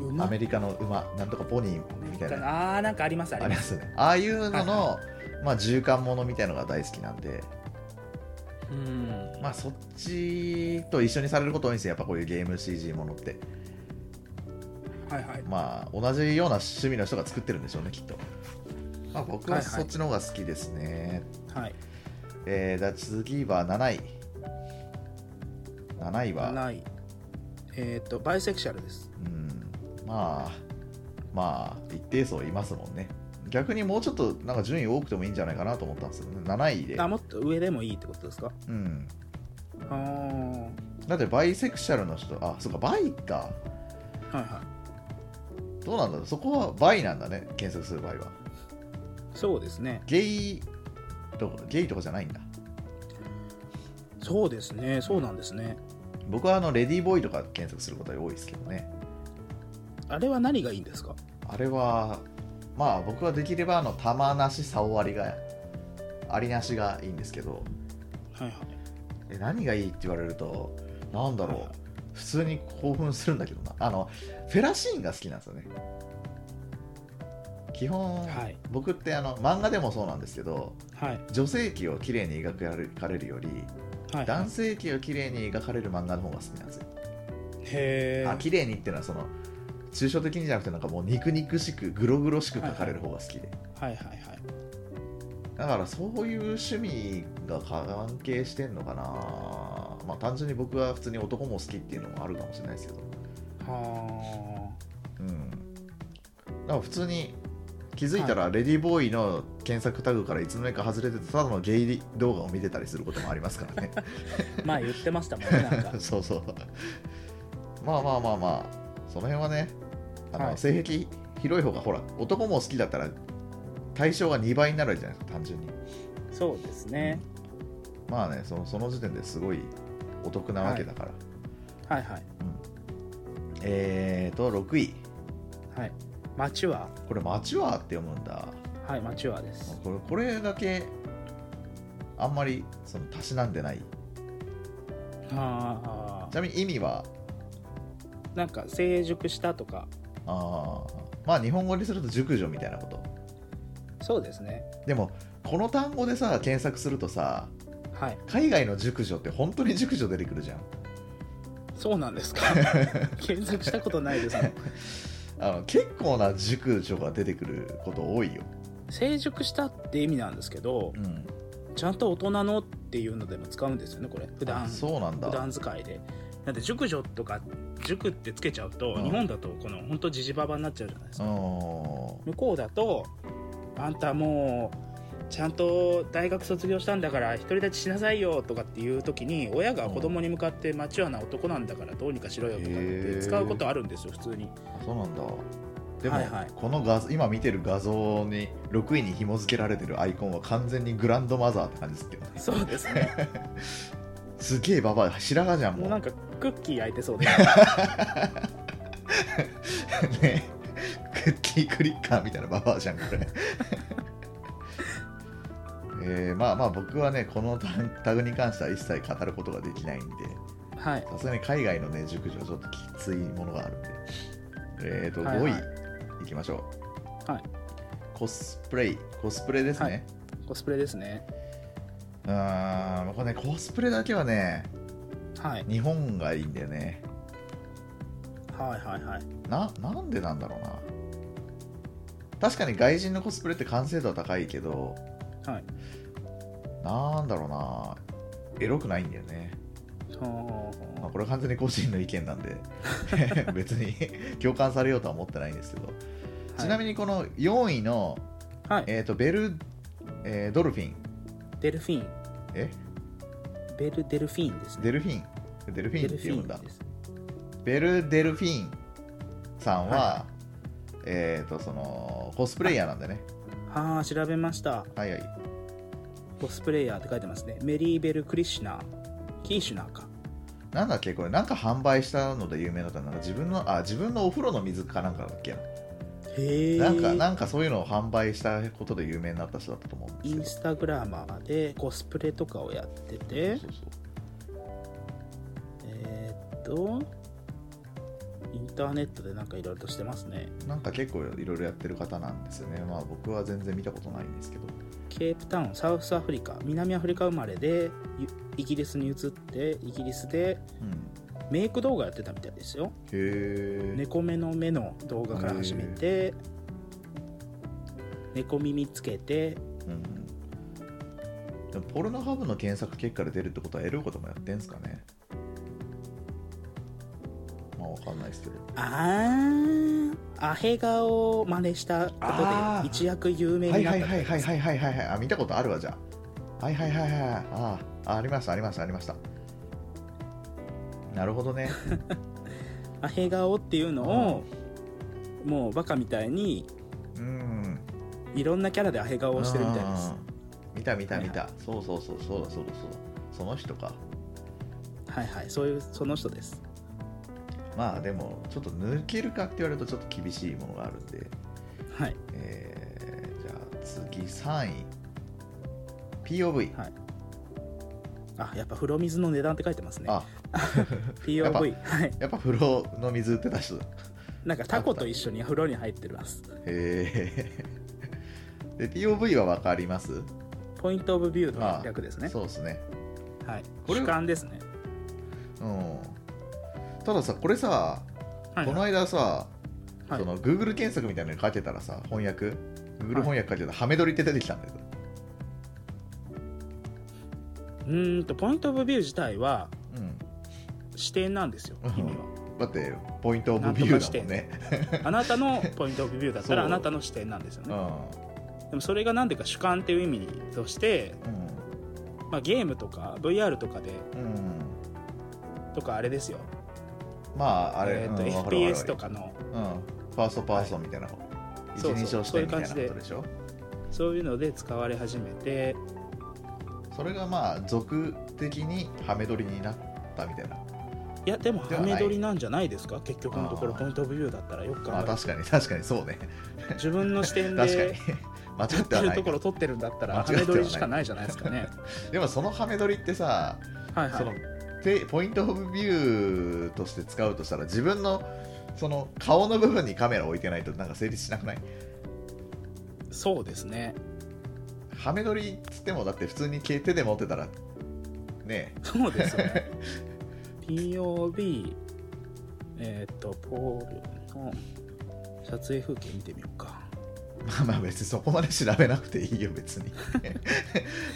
S2: う
S1: ア
S2: ま
S1: メリカの馬なんとかポニーみたいな
S2: ああー、なんかあります、あ
S1: あ
S2: り
S1: り
S2: ま。
S1: ますすねああいうのの、
S2: は
S1: まあ、循環ものみたいのが大好きなんで、
S2: うん。
S1: まあ、そっちと一緒にされることが多いんですよやっぱこういうゲーム CG ものって
S2: はいはい。
S1: まあ同じような趣味の人が作ってるんでしょうねきっと、まあ、僕ははい
S2: はい
S1: そっちの方が好きですね、
S2: はい。
S1: えー、じゃあ次は7位7位は、
S2: ない。えっ、と、バイセクシャルです。
S1: うん、まあまあ一定層いますもんね逆にもうちょっとなんか順位多くてもいいんじゃないかなと思ったんですよね7位で
S2: あ、もっと上でもいいってことですか。
S1: うん
S2: ああ。は
S1: だってバイセクシャルの人あそうかバイか
S2: いはい。
S1: どうなんだろうそこはバイなんだね検索する場合は
S2: そうですね。
S1: ゲイとかゲイとかじゃないんだ
S2: そうですね。そうなんですね。
S1: 僕はあのレディーボーイとか検索することが多いですけどね
S2: あれは何がいいんですか。
S1: あれはまあ僕はできればあの玉なし竿ありがありなしがいいんですけど
S2: はいはい。
S1: え何がいいって言われるとなんだろう普通に興奮するんだけどなあのフェラシーンが好きなんですよね基本、
S2: はい
S1: 僕ってあの漫画でもそうなんですけど
S2: はい。
S1: 女性器を綺麗に描かれるより
S2: はい。
S1: 男性器を綺麗に描かれる漫画の方が好きなんですよ。
S2: へ
S1: あ
S2: え。
S1: 綺麗にっていうのはその抽象的にじゃなくてなんかもう肉肉しくグログロしく描かれる方が好きで、
S2: はいはいはい。
S1: だからそういう趣味が関係してんのかなまあ単純に僕は普通に男も好きっていうのもあるかもしれないですけど
S2: は
S1: うんだから普通に気づいたらレディーボーイの検索タグからいつの間にか外れててただのゲイ動画を見てたりすることもありますから ね。
S2: あ。前言ってましたもんね。なんか
S1: そうそうまあまあまあまあその辺はねあの、
S2: はい
S1: 性癖広い方がほら男も好きだったら対象が2倍になるじゃないですか単純に
S2: そうですね。
S1: まあねそのその時点ですごいお得なわけだから、
S2: はいはい。
S1: えーと6位
S2: はい。マチュア。
S1: これマチュアって読むんだ
S2: はい、マチュアです。
S1: これこれだけあんまりそのたしなんでない
S2: あ
S1: ちなみに意味は
S2: あ。なんか成熟したとか。
S1: あーまあ日本語にすると熟女みたいなこと
S2: そうですね。
S1: でもこの単語でさ検索するとさ
S2: はい。
S1: 海外の熟女って本当に熟女出てくるじゃん
S2: そうなん ですか。検索したことないですね。
S1: あの結構な熟女が出てくること多いよ、
S2: 成熟したって意味なんですけど、
S1: ん、
S2: ちゃんと大人のっていうのでも使うんですよね、これ。普段、普
S1: そうなんだ
S2: 段使いで。なんで、熟女とか、塾ってつけちゃうと、
S1: うん
S2: 日本だと、この、本当ジジババになっちゃうじゃないです
S1: う
S2: か。
S1: ん
S2: 向こうだと、あんたもう、ちゃんと大学卒業したんだから独り立ちしなさいよとかっていう時に親が子供に向かってマチュアな男なんだからどうにかしろよとかって使うことあるんですよ普通に
S1: そうなんだでも、
S2: はいはい
S1: この画像今見てる画像に6位に紐付けられてるアイコンは完全にグランドマザーって感じですけどね
S2: そうですね
S1: すげえババア白髪じゃんも
S2: も
S1: う
S2: うなんかクッキー焼い てそうで
S1: ね クッキークリッカーみたいなババアじゃんこれ えーまあまあ僕はねこのタタグに関しては一切語ることができないんで
S2: はい
S1: さすがに海外のね熟女はちょっときついものがあるんでえっ、と、
S2: はいはい
S1: 5位いきましょう
S2: はい
S1: コスプレイコスプレですね、
S2: コスプレですね
S1: うーんこれねコスプレだけはね
S2: はい
S1: 日本がいいんだよね
S2: はいはいはい
S1: ななんでなんだろうな確かに外人のコスプレって完成度は高いけど
S2: はい
S1: なんだろうなエロくないんだよね、
S2: ほ
S1: まあ、これは完全に個人の意見なん で別に 共感されようとは思ってないんですけど、
S2: ー
S1: ちなみにこの4位の、
S2: はい、はい、
S1: えー、とベル、えードルフィン
S2: デルフィン
S1: え
S2: ベルデルフィーンですね
S1: デルフィンデルフィンって読むんだ
S2: です
S1: ベル・デルフィンさんは、
S2: は
S1: えっ、とそのコスプレイヤーなんでね
S2: ああ調べました
S1: はいはい
S2: コスプレイヤーって書いてますねメリーベル・クリシュナーキーシュナーか
S1: なんだっけこれなんか販売したので有名だったのなんか自分のあ自分のお風呂の水かなんかだっけな
S2: へえ
S1: なんかなんかそういうのを販売したことで有名になった人だったと思うんで
S2: イ
S1: すけ
S2: ン
S1: ど
S2: スタグラマーでコスプレとかをやってて
S1: そうそう
S2: えーっとインターネットでなんかいろいろとしてますね
S1: そうなんか結構いろいろやってる方なんですよねまあ僕は全然見たことないんですけど
S2: ケープタウンサウスアフリカ南アフリカ生まれでゆイギリスに移ってイギリスで
S1: うん
S2: メイク動画やってたみたいですよ
S1: へえ、
S2: 猫目の目の動画から始めて猫耳つけて
S1: うんでもポルノハブの検索結果で出るってことはエロいこともやってんすかねまあわかんないですけど
S2: あーアヘ顔を真似したこ
S1: あー
S2: とで一躍有名
S1: は
S2: に
S1: い
S2: なっ
S1: はい
S2: た
S1: はいはいはいはいはいはいあ見たことあるわじゃあはいはいはいはいはいあーあありましたありましたありましたなるほどね
S2: アヘ顔っていうのを、もうバカみたいに
S1: うん
S2: いろんなキャラでアヘ顔をしてるみたいです
S1: うん見た見た見たそうそうそうそうだそうだそうだその人か
S2: はいはいそういうその人です
S1: まあでもちょっと抜けるかって言われるとちょっと厳しいものがあるんで
S2: はい
S1: えーじゃあ次3位 POV、
S2: はいあやっぱ風呂水の値段って書いてますね
S1: あやっぱ
S2: POV はい
S1: やっぱ風呂の水売ってた人だ
S2: なんかタコと一緒に風呂に入ってます
S1: へえで POV は分かります
S2: ポイントオブビュー
S1: あ
S2: の略ですね
S1: そうですね
S2: はい
S1: これ
S2: 主観ですね
S1: うんたださこれさ、
S2: はい
S1: この間さ、
S2: はい
S1: その Google 検索みたいなのに書いてたらさ翻訳 Google 翻訳書いてたらハメ撮りって出てきたんだよ
S2: うーんとポイントオブビュー自体は
S1: うん
S2: 視点なんですよ意味は
S1: だってポイントオブビューだもんね
S2: あなたのポイントオブビューだった ら
S1: そ
S2: あ
S1: う
S2: なたの視点なんですよ
S1: う
S2: ね。
S1: ん
S2: でもそれが何でか主観っていう意味として、まあ、ゲームとか VR とかで
S1: うん、うん、
S2: とかあれですよ、
S1: まああれ、
S2: えーと
S1: うんわかるわかる
S2: FPS とかの
S1: うん、ファーストパーソンみたいな方、一
S2: そうそう
S1: 人称視点みたいなことでしょ
S2: そういうので使われ始めて
S1: それがまあ俗的にハメ撮りになったみたいない
S2: やでも
S1: で
S2: ハ
S1: はない
S2: メ撮りなんじゃないですか結局のところ
S1: あー
S2: ポイントオブビューだったらよく考
S1: まあ
S2: えた
S1: 確かに確かにそうね
S2: ら自分の視点
S1: 確かに
S2: で
S1: 間違
S2: 撮
S1: っ
S2: ってて
S1: は
S2: る
S1: ない
S2: とこ
S1: か
S2: ろ撮ってるんだったらハ
S1: 間違
S2: メ
S1: っては
S2: 撮
S1: ない
S2: りしかないじゃないですかね。
S1: でもそのハメ撮りってさ、
S2: はいは
S1: その
S2: い、
S1: てポイントオブビューとして使うとしたら自分のその顔の部分にカメラ置いてないとなんか成立しなくない
S2: そうですね
S1: ハメ撮りっつってもだって普通に手で持ってたらね
S2: そうですよね。POB、えっ、と、ポールの撮影風景見てみようか。
S1: まあまあ別にそこまで調べなくていいよ別 に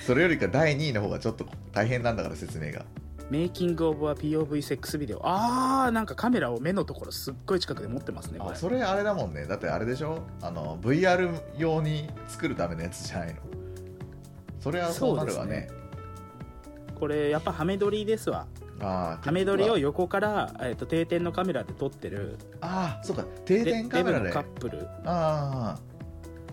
S1: それよりか第2位の方がちょっと大変なんだから説明が
S2: メイキングオブは POV セックスビデオ。あー、なんかカメラを目のところすっごい近くで持ってますね、こ
S1: あ
S2: れ。
S1: それあれだもんねだってあれでしょあの VR 用に作るためのやつじゃないのそれはそうなるわね
S2: これ、やっぱハメ撮りですわ。
S1: ああ
S2: ハメ撮りを横から、えー、と定点のカメラで撮ってる、
S1: ああそうか定
S2: で
S1: 点カメラ
S2: デ
S1: で
S2: ブのカ
S1: あ
S2: ップル
S1: あ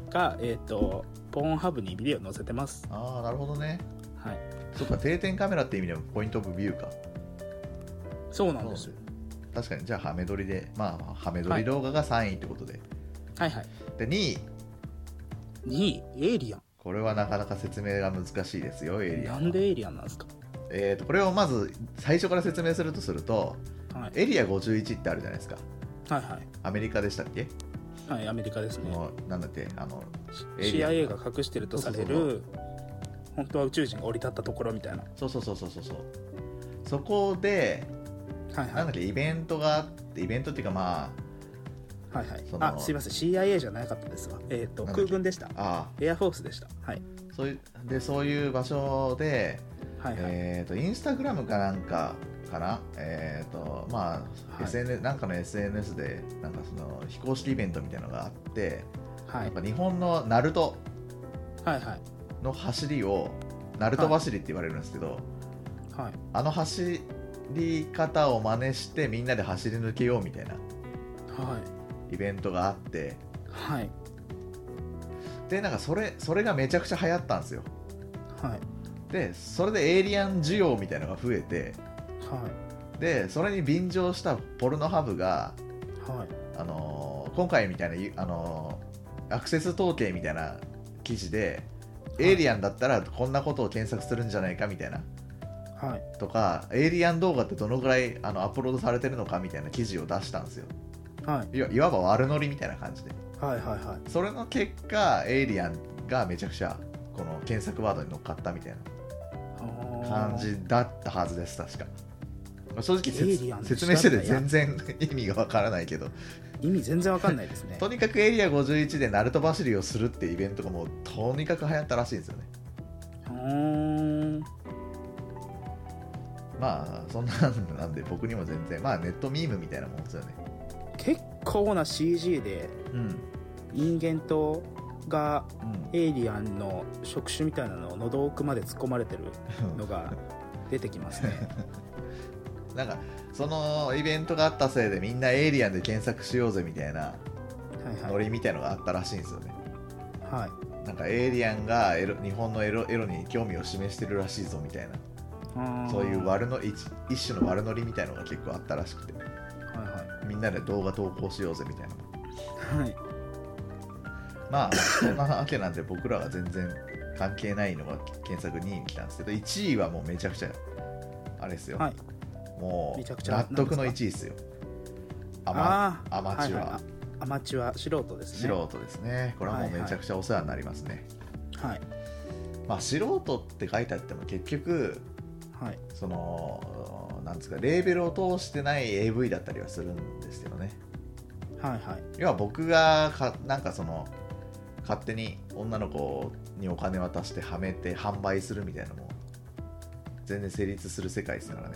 S2: が、えっ、と、ポーンハブにビデオ載せてます。
S1: ああなるほどね
S2: はい。
S1: そうか定点カメラって意味でもポイントオブビューか
S2: そうなんです。
S1: 確かにじゃあハメ撮りでまあまあハメ撮り動画が3位ってことで、
S2: はいはい。
S1: で2位
S2: 2位、エイリアン。
S1: これはなかなか説明が難しいですよエイリアン
S2: な
S1: は
S2: んでエイリアンなんですか
S1: えーとこれをまず最初から説明するとすると
S2: はい。
S1: エリア51ってあるじゃないですか
S2: はいはい。
S1: アメリカでしたっけ
S2: はい、アメリカですね。
S1: もうなんだってあのエイリアン
S2: CIA が隠してるとされ
S1: そうそう
S2: る、本当は宇宙人が降り立ったところみたいな。
S1: そうそうそうそうそうそうそこで
S2: はいは
S1: ないんだっ。けイベントがあってイベントっていうかま
S2: はいはい
S1: そ、の
S2: あ、すいません、CIA じゃなかったですわ。えっ、と、
S1: なんだっけ
S2: 空軍でした。
S1: ああ
S2: エアフォースでした。はい。
S1: あそういうでそういう場所で、
S2: はいはい。
S1: えーとインスタグラムかなんかかなえっ、とまあ、
S2: はい
S1: SNS なんかの SNS でなんかその非公式イベントみたいなのがあって、
S2: はい
S1: なんか日本のナルト
S2: はいはい。
S1: の走りを鳴門走りって言われるんですけど、
S2: はい
S1: あの走り方を真似してみんなで走り抜けようみたいな
S2: はい
S1: イベントがあって
S2: はい
S1: でなんかそれそれがめちゃくちゃ流行ったんですよ
S2: はい
S1: でそれでエイリアン需要みたいなのが増えて
S2: は
S1: でそれに便乗したポルノハブが、
S2: いはい
S1: あのー今回みたいなゆ、あのーアクセス統計みたいな記事で、
S2: はい
S1: エイリアンだったらこんなことを検索するんじゃないかみたいな
S2: はい
S1: とかエイリアン動画ってどのぐらいあのアップロードされてるのかみたいな記事を出したんですよ
S2: はい
S1: いわいわば悪ノリみたいな感じで
S2: はいはいはい
S1: それの結果エイリアンがめちゃくちゃこの検索ワードに乗っかったみたいな感じだったはずです確かまあ正直
S2: エ
S1: せ
S2: イリアン
S1: つ
S2: って
S1: 説明してて
S2: 知ら
S1: 全然
S2: ん
S1: 意味がわからないけど
S2: 意味全然わかんないです ね
S1: とにかくエリア51でナルト走りをするってイベントがもうとにかく流行ったらしいんですよね
S2: うーん
S1: まあそんなんなんで僕にも全然まあネットミームみたいなもんですよね
S2: 結構な CG で
S1: うん
S2: 人間とが
S1: うん
S2: エイリアンの触手みたいなのを喉奥まで突っ込まれてるのが出てきます ね
S1: なんかそのイベントがあったせいでみんなエイリアンで検索しようぜみたいな
S2: はい
S1: ノ
S2: はい
S1: リみたいのがあったらしいんですよね
S2: はい
S1: なんかエイリアンがエロ日本のエロエロに興味を示してるらしいぞみたい
S2: あ
S1: な
S2: ー
S1: そういう悪の一一種の悪ノリみたいのが結構あったらしくて
S2: は
S1: みんなで動画投稿しようぜみたいない
S2: はいはい
S1: まあそんなわけなんで僕らは全然関係ないのが検索2位に来たんですけど1位はもうめちゃくちゃあれですよ、
S2: はい
S1: もう
S2: めちゃくちゃ
S1: 納得の
S2: なん
S1: 1
S2: で
S1: 位ですよアマ
S2: あー
S1: アマチュア、
S2: はいはいあアマチュア素人ですね
S1: 素人ですねこれはもうめちゃくちゃお世話になりますね、
S2: はい
S1: まあ素人って書いてあっても結局
S2: はい
S1: そのなんですかレーベルを通してない AV だったりはするんですけどね
S2: はいはい
S1: 要は僕がかなんかその勝手に女の子にお金渡してはめて販売するみたいなのも全然成立する世界ですからね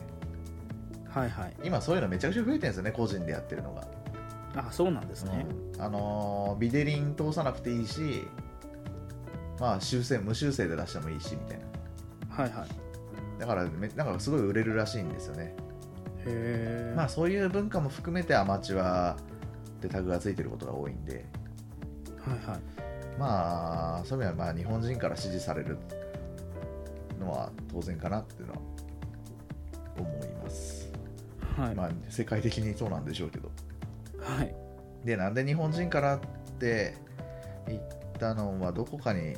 S2: はいはい
S1: 今そういうのめちゃくちゃ増えてるんですよね個人でやってるのが、
S2: あそうなんですね、
S1: うんあのービデリン通さなくていいしまあ修正無修正で出してもいいしみたいな
S2: はいはいへ
S1: だからめなんかすごい売れるらしいんですよね、
S2: え
S1: まあそういう文化も含めてアマチュアってタグがついてることが多いんで
S2: はいはい
S1: まあそういう意味ではまあ日本人から支持されるのは当然かなっていうのは思います、
S2: はい、
S1: まあ世界的にそうなんでしょうけど
S2: はい
S1: でなんで日本人からって言ったのはどこかに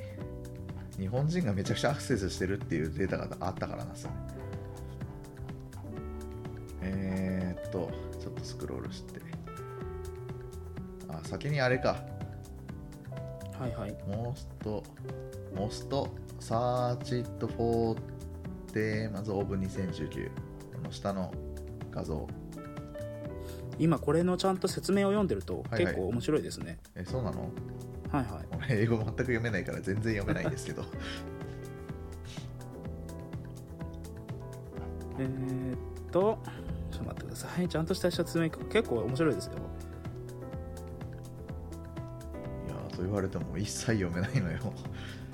S1: 日本人がめちゃくちゃアクセスしてるっていうデータがあったからなんですよねえー、っとちょっとスクロールしてあ先にあれか
S2: はいはい
S1: Most Most Searched for Temas of 2019この下の画像
S2: 今これのちゃんと説明を読んでると
S1: はいはい
S2: 結構面白いですね
S1: えそうなの
S2: はいはい
S1: 俺英語全く読めないから全然読めないんですけど
S2: えー、っとちょっと待ってくださいちゃんとした説明結構面白いですよ
S1: いやーと言われても一切読めないのよ、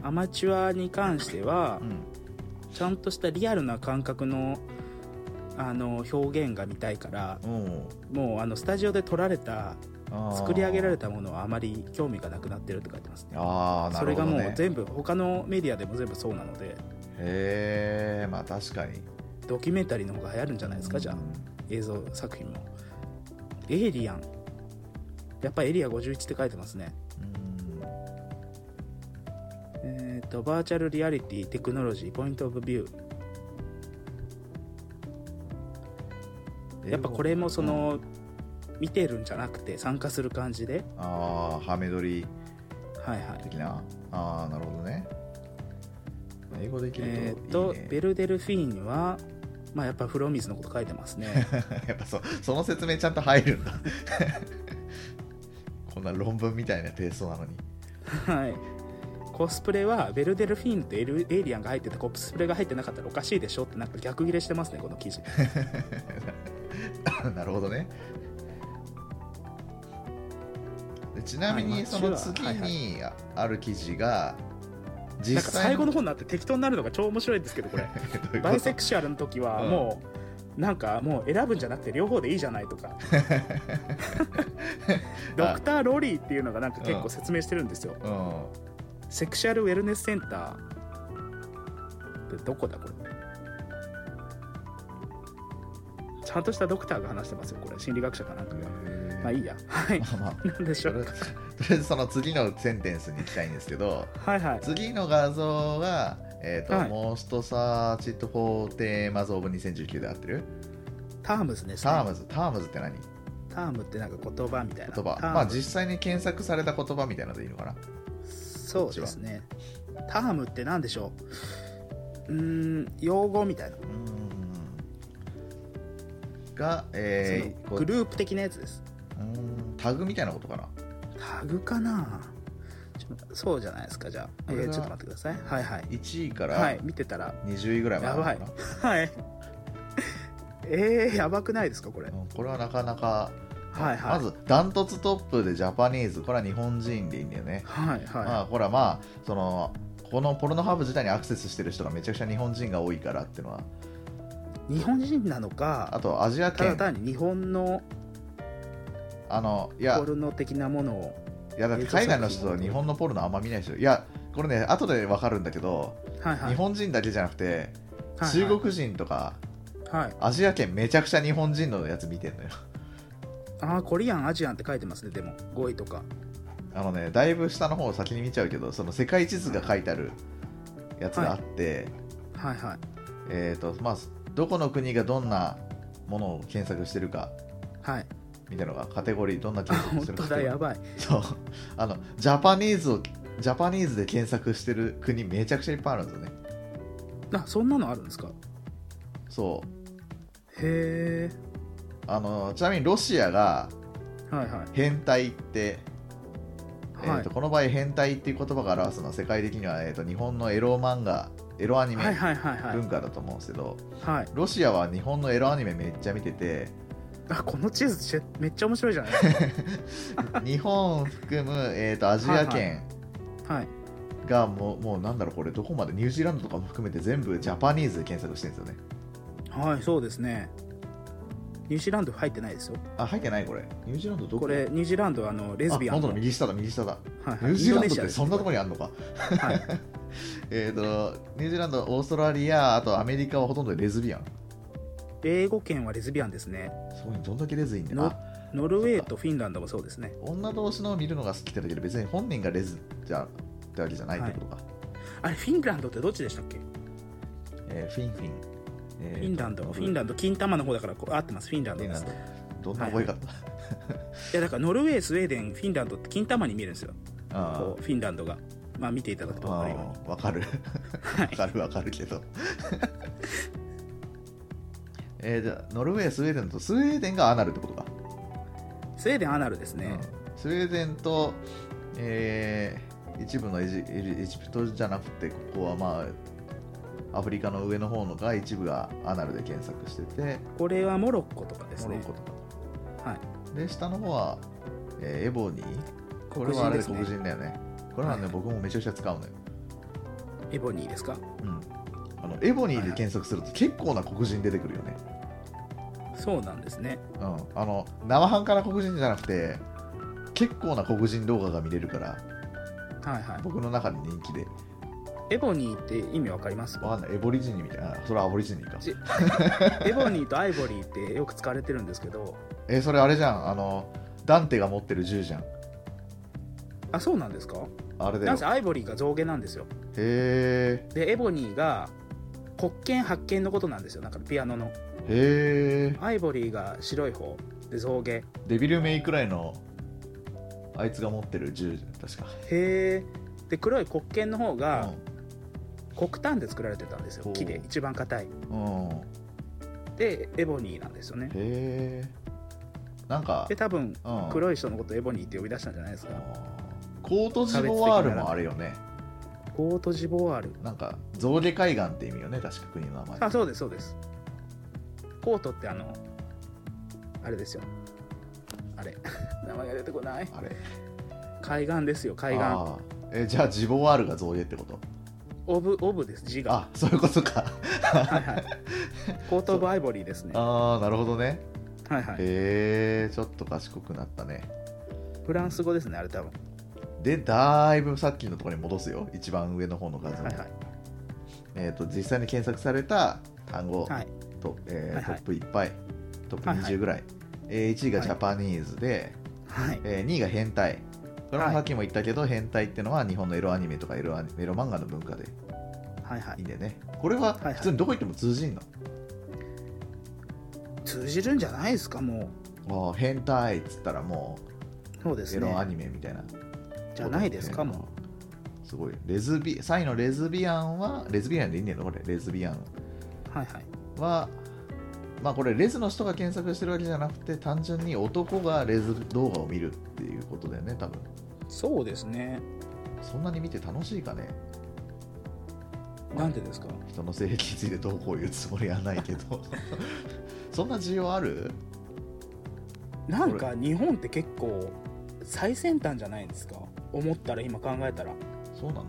S2: アマチュアに関しては
S1: うん、
S2: ちゃんとしたリアルな感覚のあの表現が見たいから
S1: うん
S2: もうあのスタジオで撮られた
S1: あー
S2: 作り上げられたものはあまり興味がなくなってるって書いてますね
S1: あーな
S2: そ
S1: る
S2: れ
S1: ほ
S2: が
S1: ど、ね、
S2: もう全部他のメディアでも全部そうなので
S1: へえまあ確かに
S2: ドキュメンタリーの方が流行るんじゃないですかじゃあ映像作品もエイリアンやっぱエリア51って書いてますね
S1: うん
S2: えっ、とバーチャルリアリティテクノロジーポイントオブビューやっぱこれもそ、
S1: うん
S2: の、見てるんじゃなくて参加する感じで
S1: ああハメ撮り
S2: はいはい
S1: 的なああなるほどね英語できるといいね
S2: えっ、とベルデルフィーンはまあやっぱフロミズのこと書いてますね
S1: やっぱそその説明ちゃんと入るんだ こんな論文みたいなテイストなのに
S2: はいコスプレはベルデルフィーンとエルエイリアンが入っててコスプレが入ってなかったらおかしいでしょってなんか逆切れしてますねこの記事
S1: なるほどねでちなみ
S2: は
S1: に
S2: い
S1: その
S2: まあ
S1: 次
S2: 中は
S1: にあある記事が、実
S2: なんか最後の方になって適当になるのが超面白いんですけ どこれバイセクシュアルの時は
S1: うん
S2: もう、なんかもう選ぶんじゃなくて両方でいいじゃないと かドクター・ロリーっていうのがなんか結構説明してるんですよ、
S1: ク、うん、
S2: セクシュアルウェルネスセンターってどこだこれちゃんとしたドクターが話してますよこれ心理学者かなんかが、まあいいやはい
S1: ま あまあ
S2: なんでしょ
S1: とり
S2: う
S1: あえず とりあえずその次のセンテンスに行きたいんですけど
S2: はいはい
S1: 次の画像が、えーと
S2: はい
S1: モーストサーチとフォーテーマズオブ2019で合ってる
S2: タームズですね
S1: タームズタームズって何言
S2: タームってなんか言葉みたいな
S1: 葉
S2: ターム
S1: まあ実際に検索された言葉みたいなのでいいのかな
S2: そうですねタームって何でしょううーん用語みたいな
S1: うーんが、えー
S2: そ
S1: こ
S2: の
S1: う
S2: グループ的なやつです
S1: うーんタグみたいなことかな
S2: タグかなちょっとそうじゃないですかじゃあ、え
S1: これ
S2: ー
S1: が
S2: ちょっと待ってくださいはいはい
S1: 1位か
S2: は
S1: ら
S2: い見てたら
S1: 20位ぐらいまで
S2: や
S1: なのか
S2: ば
S1: な、
S2: いはい えー、やばくないですかこれ
S1: うんこれはなかなか、
S2: はいはい
S1: まずダントツトップでジャパニーズこれは日本人でいいんだよね
S2: はいは
S1: まあこれはまあそのこのポルノハブ自体にアクセスしてる人がめちゃくちゃ日本人が多いからっていうのはい
S2: 日本人なの
S1: あ
S2: か
S1: とアジア
S2: ただ
S1: 圏
S2: 単に日本の
S1: あのいや
S2: ポルノ的なものを
S1: いやだって海外の人は日本のポルノあんま見ないでしょいやこれね後で分かるんだけど、
S2: はいはい
S1: 日本人だけじゃなくて、
S2: はいはい
S1: 中国人とか
S2: はい
S1: アジア圏めちゃくちゃ日本人のやつ見てんのよ
S2: ああコリアンアジアンって書いてますねでも5位とか
S1: あのねだいぶ下の方を先に見ちゃうけどその世界地図が書いてあるやつがあって、
S2: はいはい
S1: えっ、とまあどこの国がどんなものを検索してるか
S2: はい
S1: みたいなのがカテゴリーどんな
S2: あ
S1: 検索 し
S2: 本
S1: てる
S2: 当
S1: か
S2: だやばい
S1: そうあのジャパニーズをジャパニーズで検索してる国めちゃくちゃいっぱいあるんですよね
S2: あそんなのあるんですか
S1: そう
S2: へ
S1: あのちなみにロシアが
S2: えはいはい
S1: 変態って、え
S2: は
S1: ー
S2: い
S1: とこの場合変態っていう言葉が表すのは世界的には、えー、と日本のエロ漫画エロアニメ
S2: はいはいはいはい
S1: 文化だと思うんですけど、
S2: はい
S1: ロシアは日本のエロアニメめっちゃ見て て
S2: あこの地図しめっちゃ面白いじゃないです
S1: 日本を含む、えー、とアジア圏
S2: かはい
S1: がもうもうなんだろうこれどこまでニュージーランドとかも含めて全部ジャパニーズで検索してるんですよね
S2: はいそうですねニュージーランド入ってないですよ
S1: あ入ってないこれニュージーランドどこ
S2: これニュージーランドはあのレズビア
S1: あ
S2: ン
S1: 本当だ右下だ右下だ
S2: はい
S1: ニ
S2: はい
S1: ュージーラン
S2: イ
S1: ドっ
S2: ドネ
S1: て
S2: です
S1: そんなとこにあるのか
S2: はい
S1: えっとニュージーランドオーストラリアあとアメリカはほとんどレズビアン
S2: 英語圏はレズビアンですね
S1: すごいどんだけレズいいんだよ
S2: ノ
S1: あ
S2: ノルウェーとフィンランドもそうですね
S1: 女同士のを見るのが好きってだけで別に本人がレズじゃってわけじゃないってことか、
S2: あれフィンランドってどっちでしたっけ
S1: えーフィンフィン、え
S2: フィンランドフィンランド金玉の方だからこう合ってますフィンランドです
S1: ドどんな覚え方、
S2: いやだからノルウェースウェーデンフィンランドって金玉に見えるんですよ
S1: あ
S2: こうフィンランドがまあ見ていただく
S1: ー
S2: と分かるように
S1: あーわかるわかるわかるけど えーじゃあノルウェースウェーデンとスウェーデンがアナルってことか
S2: スウェーデンアナルですね、
S1: うんスウェーデンと、えー一部のエジエジエジプトじゃなくてここはまあアフリカの上の方のが一部がアナルで検索してて
S2: これはモロッコとかです
S1: モロ
S2: ね
S1: ッコとか
S2: はい
S1: で下の方は、えーエボニーこれ
S2: 黒
S1: はあれ
S2: 人で
S1: です黒
S2: ね
S1: 人だよねこれはね、
S2: はい
S1: 僕もめちゃくちゃ使うのよ、
S2: エボニーですか
S1: うん、あのエボニーで検索すると結構な黒人出てくるよね、
S2: そうなんですね
S1: うん、あの生半可な黒人じゃなくて結構な黒人動画が見れるから
S2: はいは
S1: 僕の中で人気で
S2: いエボニーって意味わかります
S1: わかんない、エボリジニみたいな、あそれはアボリジニか。
S2: じエボニーとアイボリーってよく使われてるんですけど
S1: え、それあれじゃん、あの、ダンテが持ってる銃じゃん。
S2: あそうなんですか
S1: あれだ
S2: な
S1: よ
S2: ん。せアイボリーが象牙なんですよ
S1: へ
S2: でエボニーが黒剣発見のことなんですよなんかピアノの
S1: え、へえ、
S2: アイボリーが白い方で象牙へ
S1: デビルメイくらいの、あいつが持ってる銃じゃん、確か。
S2: えで黒い黒剣の方が
S1: う
S2: 黒炭で作られてたんです
S1: ほ
S2: よ
S1: う
S2: 木で一番硬い
S1: ん。うん、
S2: でエボニーなんですよね
S1: へえ。なんか
S2: で、多分
S1: うん
S2: 黒い人のことエボニーって呼び出したんじゃないです
S1: あ
S2: か
S1: ーコートジボワールもあれよね。
S2: コートジボワール
S1: なんか、象牙海岸って意味よね、確か国の名前。
S2: あそうですそうですコートってあのあれですよあれ 名前が出てこない
S1: あれ。
S2: 海岸ですよ海岸
S1: あーえ、じゃあジボワールが象牙ってこと
S2: オブオブです字が
S1: あそういうことか
S2: はいはいコート・オブ・アイボリーですねは
S1: ああなるほどね
S2: いはい
S1: へえちょっと賢くなったね
S2: フランス語ですねあれ多分
S1: でだいぶさっきのところに戻すよ一番上の方の画像、
S2: はいはい
S1: えー、と実際に検索された単語、
S2: はい
S1: とえー
S2: はいはい
S1: トップいっぱいトップ
S2: はいはい
S1: 20ぐらい、えー1位がジャパニーズで、
S2: はい
S1: え2位が変態これも
S2: はい
S1: さっきも言ったけど、変態ってのは日本のエロアニメとかエロアニエロ漫画の文化で
S2: はいはい
S1: い
S2: い
S1: んだよねこれは
S2: はいはい
S1: 普通にどこ行っても通じんの、
S2: 通じるんじゃないですかも
S1: もう変態っつったらも
S2: うそうで
S1: う
S2: す
S1: エロア
S2: ね
S1: ニメみたいな、
S2: じゃないですか
S1: うん
S2: も
S1: すごいレズビ3位のレズビアンはレズビアンでいいんだよねこれレズビアン
S2: うはいはい
S1: はまあこれレズの人が検索してるわけじゃなくて単純に男がレズ動画を見るっていうことだよね多分
S2: そうですね
S1: そんなに見て楽しいかね
S2: なんでですか
S1: 人の性癖についてどうこう言うつもりはないけど そんな需要ある
S2: なんか日本って結構最先端じゃないですか思ったら今考えたら
S1: そうなの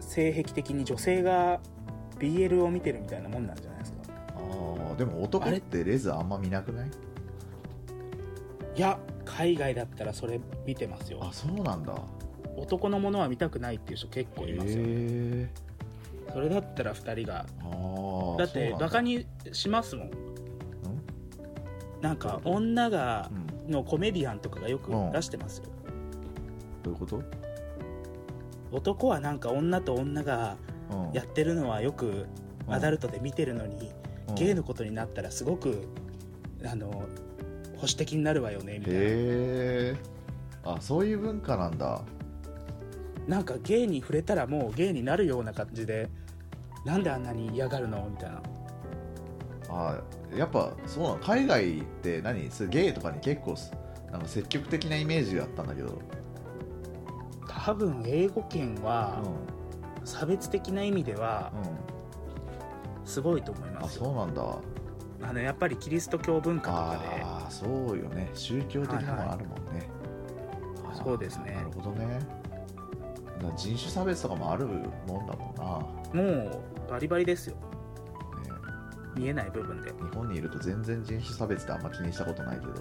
S2: 性癖的に女性が BL を見てるみたいなもんなんじゃないですか
S1: あーでも男ってレズあんま見なくない
S2: いや海外だったらそれ見てます
S1: あ
S2: よ
S1: そうなんだ
S2: 男のものは見たくないっていう人結構いますよ、
S1: へえ
S2: それだったら2人が
S1: あー
S2: だって
S1: そうなん
S2: バカにしますもんなんか女が
S1: うんど
S2: のコメディアンとかがよく出してますよ、
S1: ういうこと
S2: 男はなんか女と女が
S1: うん
S2: やってるのはよくアダルトで見てるのに、
S1: うん
S2: ゲイのことになったらすごくあの保守的になるわよねみたいな、
S1: へえあそういう文化なんだ
S2: なんかゲイに触れたらもうゲイになるような感じでなんであんなに嫌がるのみたいな
S1: あやっぱそうなの海外って何すゲイとかに結構すなんか積極的なイメージがあったんだけど、
S2: 多分英語圏
S1: うん
S2: は差別的な意味では
S1: うん、
S2: すごいと思いま
S1: あ
S2: す
S1: そ
S2: よ、
S1: うなんだ
S2: あのやっぱりキリスト教文化とか
S1: ああそうよね宗教的なのもあるもんね、あー
S2: そうですね
S1: なるほどねだから人種差別とかもあるもんだもんな、
S2: でもうバリバリですよ
S1: ね、
S2: 見えない部分でだ
S1: 日本にいると全然人種差別ってあんま気にしたことないけど
S2: って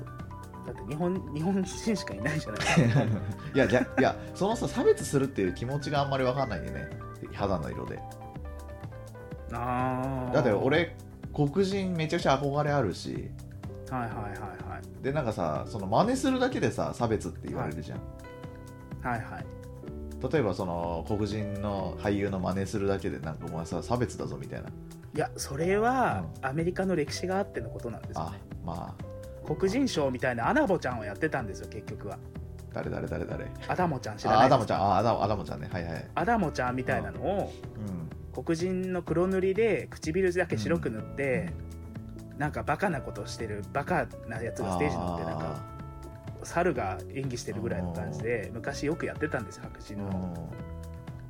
S2: 日本日本人しかいないじゃない ですか
S1: いやじ ゃいやそのさ差別するっていう気持ちがあんまり分かんないんでね肌の色で
S2: あー
S1: だって俺黒人めちゃくちゃ憧れあるし
S2: はいはいはいはい
S1: でなんかさその真似するだけでさ差別って言われるじゃん、
S2: はいはい
S1: 例えばその黒人の俳優の真似するだけでなんかお前さ差別だぞみたいない
S2: やそれはアメリカの歴史があってのことなんですよ
S1: あ
S2: ね
S1: まあ
S2: 黒人賞みたいなアナボちゃんをやってたんですよ結局は
S1: 誰誰誰誰
S2: アダモちゃん知ら
S1: あ
S2: な
S1: ア
S2: いで
S1: ダ
S2: す
S1: モちゃんあアダアダモちゃんねはいはい
S2: アダモちゃんみたいなのを
S1: うん
S2: 黒人の黒塗りで唇だけ白く塗って、なんかバカなことしてるバカなやつがステージに乗ってなんか
S1: あ
S2: 猿が演技してるぐらいの感じで昔よくやってたんですよ白
S1: ー
S2: 人
S1: う
S2: の、
S1: ん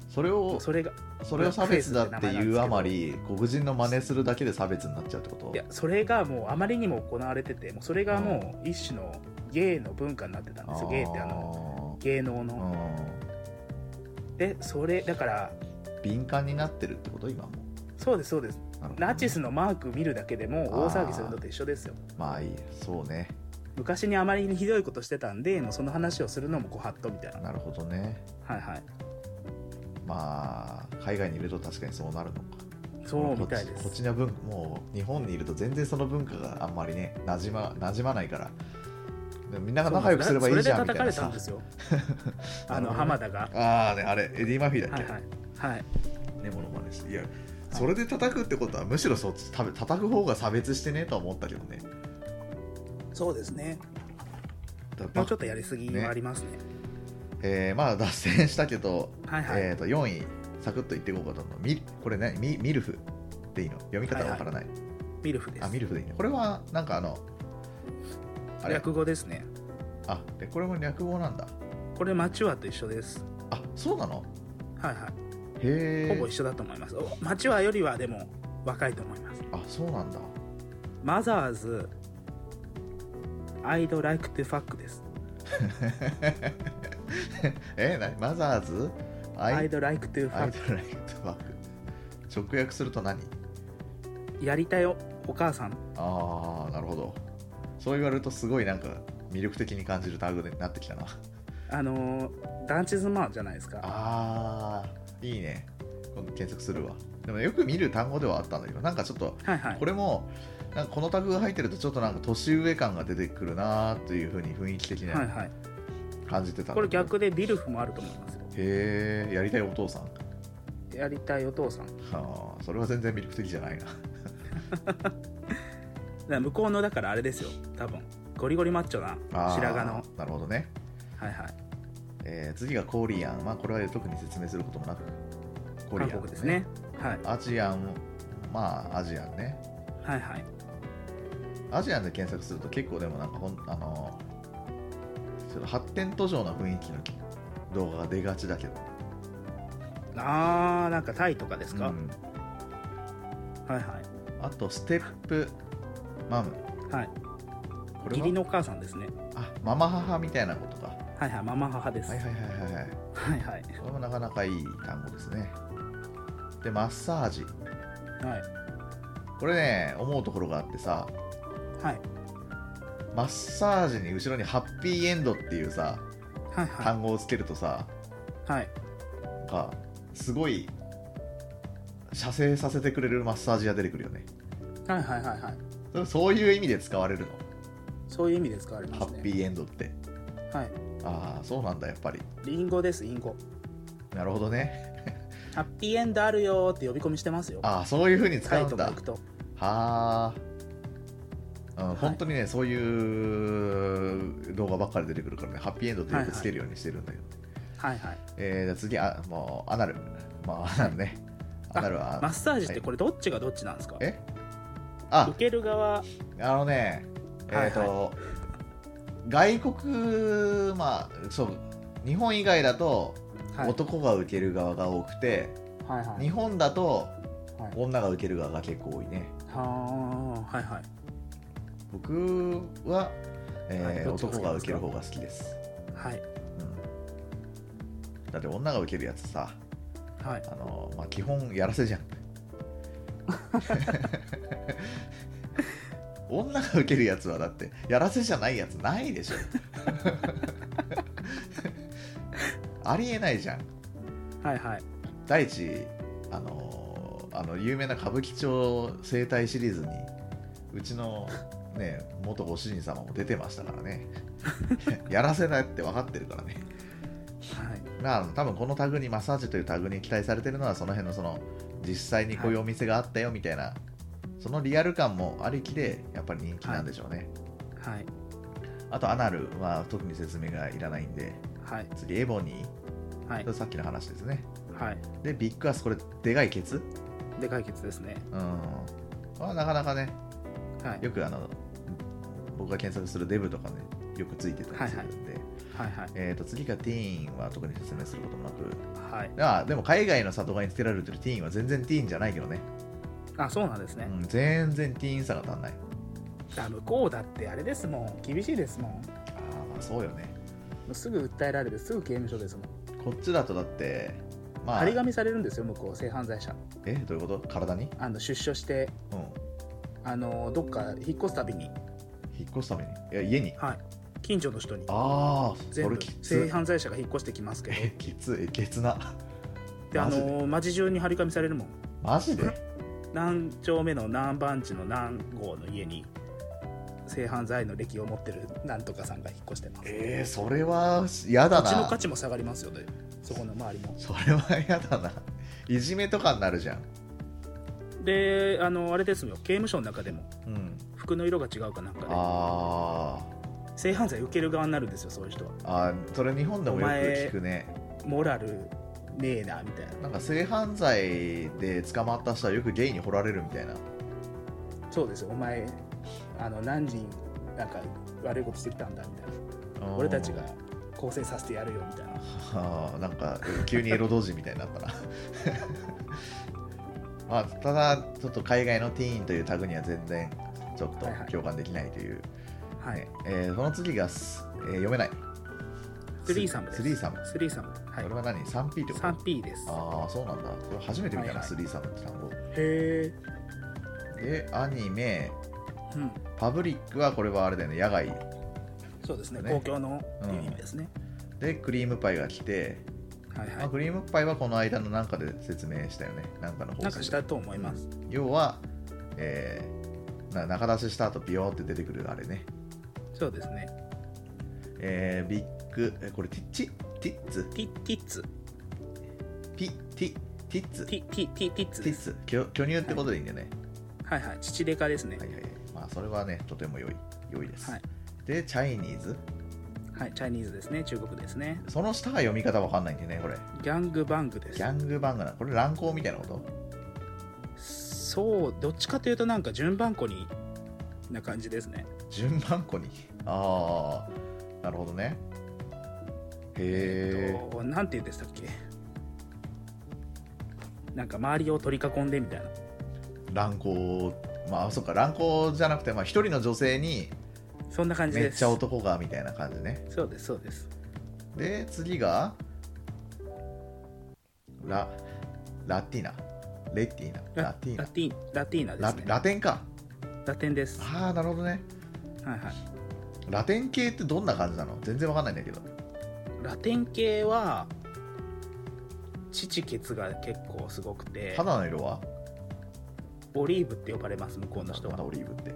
S1: それを
S2: それが
S1: それを差別だっていうあまり黒人の真似するだけで差別になっちゃうってこと
S2: いやそれがもうあまりにも行われててもうそれがもう一種のゲイの文化になってたんですよゲイってあの
S1: の
S2: 芸能
S1: う
S2: の、
S1: ん
S2: でそれだから
S1: 敏感になってるってこと今も
S2: そうですそうです
S1: なるほど
S2: ナチスのマーク見るだけでも大騒ぎするのと一緒ですよ
S1: まあいいそうね
S2: 昔にあまりにひどいことしてたんでもうその話をするのもご法度みたいな
S1: なるほどね
S2: はいはい
S1: まあ海外にいると確かにそうなるのか
S2: そうみたいで
S1: こっちこっ
S2: す
S1: ちの文もう日本にいると全然その文化があんまりねなじま馴染まないからでもみんなが仲良くすればいいじゃん
S2: そ
S1: みた
S2: れで
S1: い
S2: 叩か
S1: な
S2: れた
S1: さ
S2: んですよ
S1: な
S2: あ
S1: るほど
S2: の
S1: ね
S2: 浜田が
S1: ああねあれエディ・マーフィーだっ
S2: はい
S1: け、
S2: はいはい
S1: ねものまねしていやそれで叩くってことはむしろそっちた叩く方が差別してねとは思ったけどね
S2: そうですね
S1: だ
S2: もうちょっとやりすぎはありますね
S1: えーまあ脱線したけど、
S2: はいはい
S1: えー、と4位サクッと言っていこうかと思うみこれねミミルフでいいの読み方わからない、
S2: ミルフです
S1: あミルフでいいねこれはなんかあのあれ
S2: 略語ですね
S1: あでこれも略語なんだ
S2: これマチュアと一緒です
S1: あそうなの
S2: はいはい
S1: へえ
S2: ほぼ一緒だと思いますおマチュアよりはでも若いと思います
S1: あそうなんだ
S2: マザーズ I'd like to fuck です
S1: えなマザーズアイ
S2: I'd like to
S1: アイ
S2: fuck
S1: ドルライトワーク直訳すると何
S2: やりたいおお母さん
S1: ああなるほどそう言われるとすごいなんか魅力的に感じるタグになってきたな
S2: あのー団地妻じゃないですか
S1: あーいいね今度検索するわでもよく見る単語ではあったんだけどなんかちょっと
S2: はいはい
S1: これもなんかこのタグが入ってるとちょっとなんか年上感が出てくるなーっていうふうに雰囲気的に
S2: はい
S1: は
S2: はい
S1: 感じてたんだけど
S2: これ逆でビルフもあると思いますよ
S1: へえやりたいお父さん
S2: やりたいお父さんだか
S1: はあそれは全然魅力的じゃないな
S2: ら向こうのだからあれですよ多分ゴリゴリマッチョな
S1: あー
S2: 白髪のは
S1: なるほどね、
S2: いはい
S1: えー次がコリアンまあこれは特に説明することもなくコリアン、
S2: 韓国ですねはい
S1: アジアンまあアジアンね
S2: はいはい
S1: アジアンで検索すると結構でもなんかほんあのちょっと発展途上な雰囲気の動画が出がちだけど
S2: あーなんかタイとかですか、
S1: うん
S2: はいは
S1: あとステップマム
S2: いはい
S1: これ
S2: 義
S1: は
S2: 理のお母さんですね
S1: あママ母みたいなことか
S2: はいはいママ母です
S1: は
S2: はいい
S1: はいはいはいはい
S2: はいはい、
S1: これもなかなかいい単語ですねでマッサージこれね思うところがあってさ
S2: はい、
S1: マッサージに後ろにハッピーエンドっていうさ
S2: はいは
S1: 単語をつけるとさ、
S2: いはい
S1: なんかすごい射精させてくれるマッサージが出てくるよね
S2: はいはいはいはい
S1: それそういう意味で使われるの、
S2: そういう意味で使われます
S1: ハ
S2: ね
S1: ッピーエンドって
S2: はい
S1: ああそうなんだやっぱり
S2: リンゴですリンゴ
S1: なるほどね
S2: ハッピーエンドあるよーって呼び込みしてますよ
S1: ああそういうふうに使
S2: タイ
S1: うん
S2: とか
S1: だ
S2: 行くと
S1: はあ、うん
S2: い
S1: 本当にねそういう動画ばっかり出てくるからねハッピーエンドってよくつけるようにしてるんだけど、
S2: はいはい
S1: えーじゃあ次あもうアナルまあアナルね
S2: あ
S1: アナルは
S2: マッサージっ
S1: は
S2: て
S1: い
S2: これどっちがどっちなんですか、
S1: えあ
S2: 受ける側
S1: あのね、えっ、と、
S2: はい
S1: 外国、まあ、そう、日本以外だと
S2: はい
S1: 男が受ける側が多くて、
S2: はいはい
S1: 日本だと
S2: はい
S1: 女が受ける側が結構多いね。
S2: はーはいはい
S1: 僕は、えー
S2: はいどっちが好き
S1: 男が受ける方が好きです。
S2: はい
S1: うんだって女が受けるやつさ、
S2: はい
S1: あのまあ、基本やらせじゃん。女が受けるやつはだってやらせじゃないやつないでしょ ありえないじゃん
S2: はいはい
S1: 第一あのあの有名な歌舞伎町生態シリーズにうちのね元ご主人様も出てましたからねやらせないって分かってるからね
S2: はい
S1: まあ、多分このタグにマッサージというタグに期待されてるのはその辺のその実際にこういうお店があったよみたいな、そのリアル感もありきでやっぱり人気なんでしょうね、
S2: はい
S1: あとアナルは特に説明がいらないんで
S2: はい
S1: 次エボニー
S2: はい
S1: これさっきの話ですね
S2: はい
S1: でビッグアスこれでかいケツ
S2: で解決ですね
S1: うんまあなかなかね
S2: はい
S1: よくあの僕が検索するデブとかねよくついてたりするんで、
S2: はいはい
S1: えー、と次がティーンは特に説明することもなく
S2: はい
S1: あでも海外の里側につけられてるティーンは全然ティーンじゃないけどね
S2: あそうなんですね、
S1: うん、全然ティーンさが足んない
S2: あ向こうだってあれですもん厳しいですもんも
S1: ああまあそうよね
S2: うすぐ訴えられるすぐ刑務所ですもん
S1: こっちだとだってまあ
S2: 張り紙されるんですよ向こう性犯罪者
S1: えどういうこと体に
S2: あの出所して
S1: うん
S2: あのどっか引っ越すたびに、
S1: 引っ越すためにいや家に
S2: はい、近所の人に
S1: ああそ
S2: 全
S1: れ
S2: 部
S1: き
S2: 性
S1: つ
S2: 犯罪者が引っ越してきますけど
S1: えきついえきつな
S2: であ
S1: マジで
S2: の街中に張り紙されるもん
S1: マジ で
S2: 何丁目の何番地の何号の家に性犯罪の歴を持ってるなんとかさんが引っ越してます
S1: えー、それは嫌だ
S2: うちの
S1: な
S2: 価値も下がりますよねそこの周りも
S1: それは嫌だないじめとかになるじゃん
S2: であのあれですよ刑務所の中でも
S1: うん
S2: 服の色が違うかなんかで
S1: あ
S2: 性犯罪受ける側になるんですよそういう人は
S1: ーあーそれ日本でもよく聞くね
S2: モラルねえなみたい
S1: なんか性犯罪で捕まった人はよくゲイに掘られるみたいな
S2: なそうですよお前あの何人なんか悪いことしてきたんだみたいな俺たちが更生させてやるよみたいな
S1: はあなんか急にエロ同時みたいになったな、 まあ、ただちょっと海外のティーンというタグには全然ちょっと
S2: はいはい
S1: 共感できないという、
S2: はい
S1: ねえーその次がす、えー読めない
S2: スリーサムです
S1: スリーサム
S2: スリーサムは
S1: こ
S2: い
S1: れは何 3P ってこと
S2: 3P ですへ
S1: ああそうなんだこれ初めて見た
S2: はい
S1: な
S2: はい
S1: スリーサムって単語
S2: え
S1: でアニメ
S2: うん
S1: パブリックはこれはあれだよね野外
S2: そうですね
S1: ね
S2: 公共のっていう意味ですね、
S1: でクリームパイが来て、
S2: はいは
S1: まあ、クリームパイはこの間のなんかで説明したよねなんかの
S2: い
S1: 放
S2: なん
S1: 送
S2: か
S1: で
S2: したと思います、
S1: 要は、えーな中出しした後ビヨーって出てくるあれね、
S2: そうですね
S1: えービッグえこれティッチティッツ
S2: ティティッツ
S1: ピティティッツテ
S2: ティティティティッツ
S1: ィ
S2: で
S1: ッ
S2: す
S1: ツきょ巨乳ってことでいいんだよね、
S2: はいはい父デカですね
S1: はい、はいはいまあそれはねとても良い良いです、
S2: はい
S1: でチャイニーズ
S2: はい、チャイニーズですね中国ですね
S1: その下が読み方わかんないんでねこれ
S2: ギャングバングで
S1: ギャングバングなこれ乱行みたいなこと
S2: すそうどっちかというとなんか順番こにな感じですね
S1: 順番こにああなるほどねへ
S2: えっとなんて言うんでしたっけなんか周りを取り囲んでみたいな
S1: え乱行まあそっか乱行じゃなくてまあ、一人の女性に
S2: そんな感じ
S1: め
S2: で
S1: っ
S2: す
S1: ちゃ男がみたいな感じね
S2: そうですそうです
S1: で次がララティナレティナ
S2: ラ
S1: ラティナ
S2: ラティンラティーナで
S1: ラ
S2: すねラ
S1: ラテンか
S2: テンですは
S1: ああなるほどね
S2: いはい
S1: ラテン系ってどんな感じなの全然わかんないんだけど
S2: ラテン系は父ケツが結構すごくて
S1: 肌の色は
S2: オリーブって呼ばれます向こうの人
S1: なんだ
S2: は
S1: オリーブって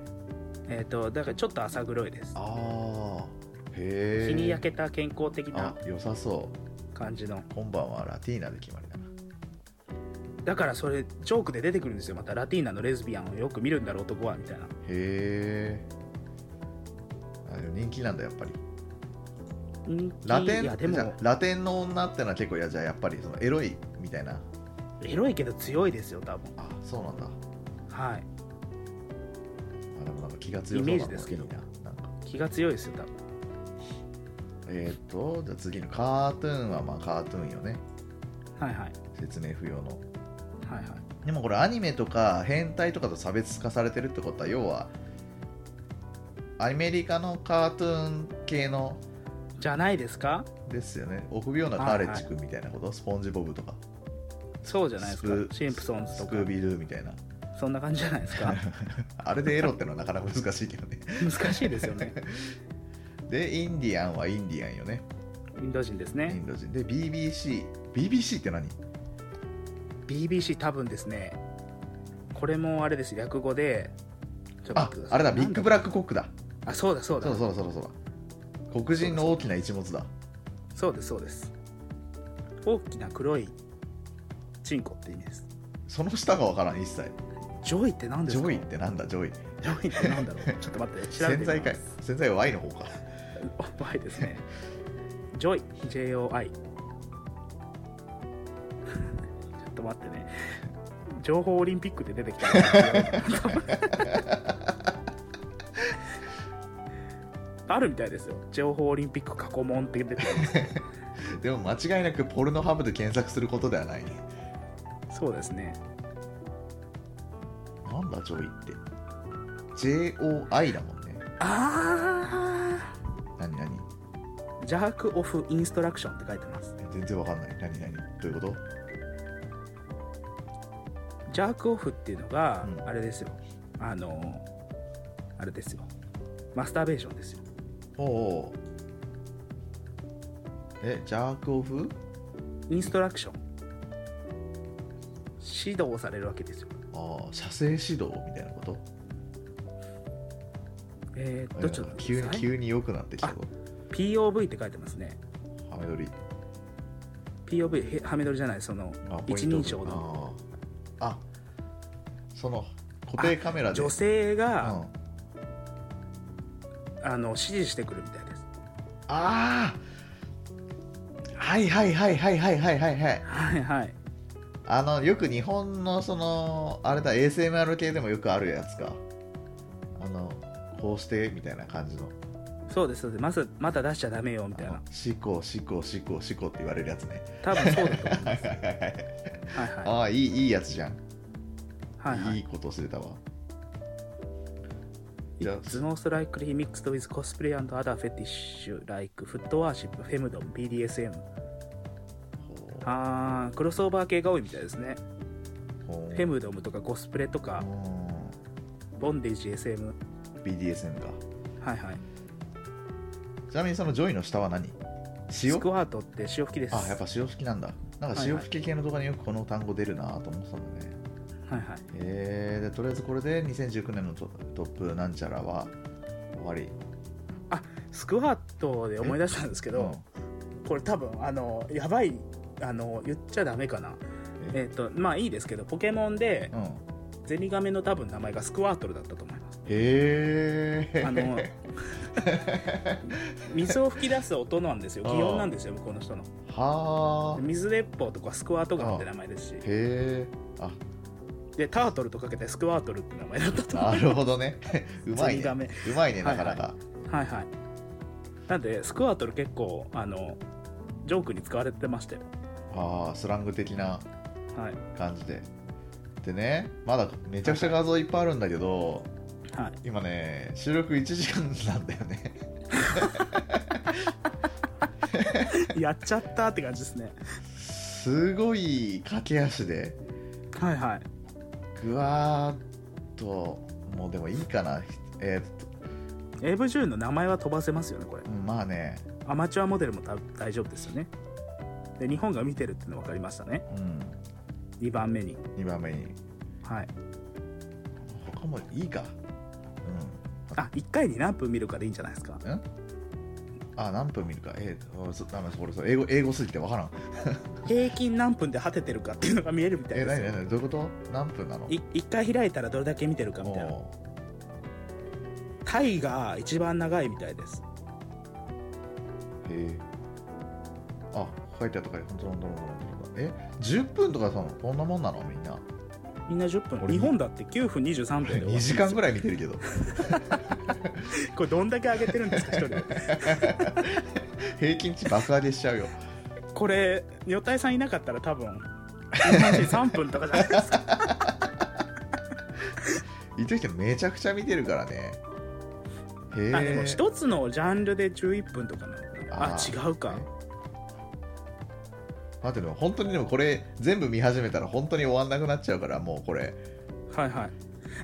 S2: えっ、とだからちょっと浅黒いです
S1: ああへえ
S2: 日に焼けた健康的な
S1: あ良さそ
S2: 感じの
S1: う今晩はラティーナで決まりだな
S2: だからそれジョークで出てくるんですよまたラティーナのレズビアンをよく見るんだろう男はみたいな
S1: へえ人気なんだやっぱり
S2: 人気
S1: ラテ
S2: いや
S1: ン
S2: で
S1: じゃ
S2: も
S1: あラテンの女ってのは結構いやじゃあやっぱりそのエロいみたいな
S2: エロいけど強いですよ多分
S1: あそうなんだ
S2: はい
S1: あでもなんか気が強そうな
S2: イメージですけど
S1: いいななんか
S2: 気が強いですよ多分
S1: えっ、とじゃあ次のカートゥーンはまあカートゥーンよね
S2: はいはい
S1: 説明不要の
S2: はいはい
S1: でもこれアニメとか変態とかと差別化されてるってことは要はアメリカのカートゥーン系の
S2: じゃないですか
S1: ですよね臆病なカーレッジ君みたいなこと、スポンジボブとか
S2: そうじゃないです
S1: スプ
S2: かシンプソンズと
S1: ス
S2: か
S1: クービードゥみたいな
S2: そんな感じじゃないですか
S1: あれでエロってのはなかなか難しいけどね
S2: 難しいです よね
S1: でインディアンはインディアンよね
S2: インド人です
S1: イ
S2: ね
S1: ンド人で BBCBBC って何
S2: BBC 多分ですねこれもあれです略語でちょっと
S1: あ
S2: 待ってく
S1: あ
S2: さい
S1: れだ
S2: なん
S1: ビッグブラックコックだ
S2: あそうだそうだ
S1: そ
S2: そうう
S1: そうそうそうそう黒人の大きな一物だ
S2: ですそうです大きな黒いチンコって意味です
S1: その下がわからん一切
S2: ジョイって何で
S1: ジ
S2: すか
S1: ョイってなんだジョイ
S2: ジョイって何 だろうちょっと待って調
S1: 潜
S2: べてみます
S1: 在かい潜在は Y の方か
S2: お前ですね。ジョイ、JOI。ちょっと待ってね。情報オリンピックで出てきた。あるみたいですよ。情報オリンピック過去問って出てきます。
S1: でも間違いなくポルノハブで検索することではないね
S2: そうですね。
S1: なんだジョイって JOI だもんね
S2: あ
S1: 何何
S2: あジャークオフインストラクションって書いてます。
S1: 全然わかんない何何どういうこと
S2: ジャークオフっていうのが
S1: うん、
S2: あれですよ。あの、あれですよ。マスターベーションですよ。
S1: おうおうえジャークオフ
S2: インストラクション指導されるわけですよ
S1: ああ射精指導みたいなこと
S2: えー、っとちょっ
S1: いや
S2: と
S1: 急に
S2: はい
S1: 急に良くなってきたぞ
S2: POV って書いてますね
S1: ハメ撮り
S2: POV へハメ撮りじゃないその
S1: あポイント
S2: 一人称の
S1: あーあその固定カメラで
S2: 女性
S1: うん
S2: が、
S1: あ
S2: あの指示してくるみたいです
S1: あーはいはいはいはいはいはいはいはい
S2: はいはい
S1: あのよく日本のそのあれだ ASMR 系でもよくあるやつかあのこうしてみたいな感じの
S2: そうですそうですまずまだ出しちゃダメよみ
S1: あ
S2: たい
S1: の
S2: な
S1: シコシコシコシコって言われるやつね
S2: 多分そうだと 思います
S1: はいはいはい
S2: はいはい
S1: ああいいいいやつじゃん、、
S2: はいはい
S1: い
S2: い
S1: ことすれたわじゃあ
S2: It's most likely mixed with cosplay and other fetish like foot worship, femdom, BDSM あークロスオーバー系が多いみたいですね
S1: ほう
S2: フェムドムとかコスプレとか
S1: う
S2: ボンデージ SM
S1: ん BDSM か
S2: はいはい
S1: ちなみにそのジョイの下は何
S2: ス
S1: 塩
S2: クワートって潮吹きです
S1: あやっぱ塩吹きなんだなんか
S2: はい
S1: 塩
S2: はい
S1: 吹き系の動画によくこの単語出るなと思ってたんだね
S2: はいはい
S1: えー、でとりあえずこれで2019年のトトップなんちゃらは終わり
S2: スクワートで思い出したんですけど、これ多分あのやばいあの言っちゃダメかな
S1: え
S2: えっ、とまあいいですけどポケモンで
S1: うん、うん、
S2: ゼニガメの多分名前がスクワートルだったと思います
S1: へえ
S2: あの水を噴き出す音なんですよ
S1: あー
S2: 擬音なんですよ向こうの人の
S1: はあへ
S2: 水鉄砲とかスクワートガンって名前ですし
S1: えあ
S2: でタートルとかけてスクワートルって名前だったと思う
S1: なるほど ねうまい
S2: 釣りダメ
S1: ねうまいね
S2: は
S1: ないか
S2: は
S1: な
S2: い
S1: か
S2: はいはいなんでスクワートル結構あのジョークに使われてましたよ
S1: ああスラング的な
S2: はい
S1: 感じででねまだめちゃくちゃ画像いっぱいあるんだけど
S2: はい
S1: 今ね収録1時間なんだよね
S2: やっちゃったって感じですね。
S1: すごい駆け足で
S2: はいはい。
S1: ぐわーっともうでもいいかなえーっと
S2: エブジューンの名前は飛ばせますよね、これ。
S1: うんまあね
S2: アマチュアモデルもた大丈夫ですよね。で、日本が見てるっての分かりましたね。
S1: うん
S2: 2番目に。
S1: 2番目に
S2: はい。
S1: 他もいいか
S2: あ、1回に何分見るかでいいんじゃないですか。
S1: うんんあ何分見るかえー、そダメそれそれ英語英語すぎてわからん
S2: 平均何分で果ててるかっていうのが見えるみたい
S1: え
S2: です
S1: 何
S2: よ。
S1: 何何どういうこと何分なの
S2: い一回開いたらどれだけ見てるかみたいな。
S1: も
S2: タイが一番長いみたいです。
S1: うへえあ書いてあったから本当本当本当本当え10分とかさこんなもんなのみん な
S2: みんな10分。
S1: 俺
S2: 日本だって9分23分で終わ
S1: 2時 間ぐ
S2: ら
S1: らい見てるけど
S2: い。これどんだけ上げてるんですか、一人で。
S1: 平均値爆上げしちゃうよ
S2: これ女体さんいなかったら多分日本人3分とかじゃないですか
S1: 言っときてめちゃくちゃ見てるからねへ
S2: あでも
S1: え
S2: 一つのジャンルで11分とかなのかなあ
S1: あー
S2: 違うか
S1: ね待ってでも本当にでもこれ全部見始めたら本当に終わんなくなっちゃうからもうこれ
S2: はいはい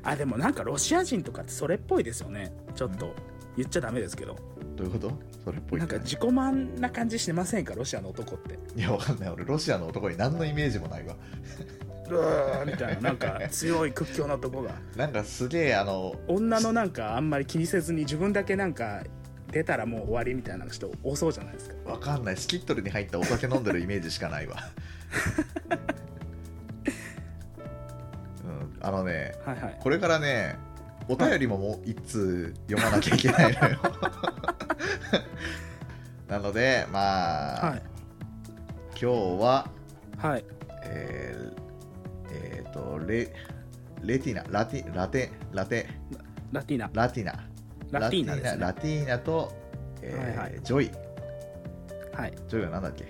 S2: あでもなんかロシア人とかってそれっぽいですよねちょっと言っちゃダメですけど
S1: どういうことそれっぽい
S2: な
S1: っ
S2: ん
S1: て
S2: か自己満な感じしてませんかロシアの男って
S1: いやわかんない俺ロシアの男に何のイメージもないわ
S2: うわーみたいななんか強い屈強な男が
S1: なんかすげえあの
S2: 女のなんかあんまり気にせずに自分だけなんか出たらもう終わりみたいな人多そうじゃないですか
S1: わかんないスキットルに入ったお酒飲んでるイメージしかないわうんあのね
S2: はいはい
S1: これからねお便りももう一通読まなきゃいけないのよ なのでまあ、
S2: はい
S1: 今日は
S2: はい
S1: えーえーとレレティナラティラテラテ
S2: ラティナ
S1: ラティナ
S2: ラティーナですね
S1: ラティーナラティーナと、えー
S2: はいは
S1: ジョイ
S2: はい
S1: ジョイは何だっけ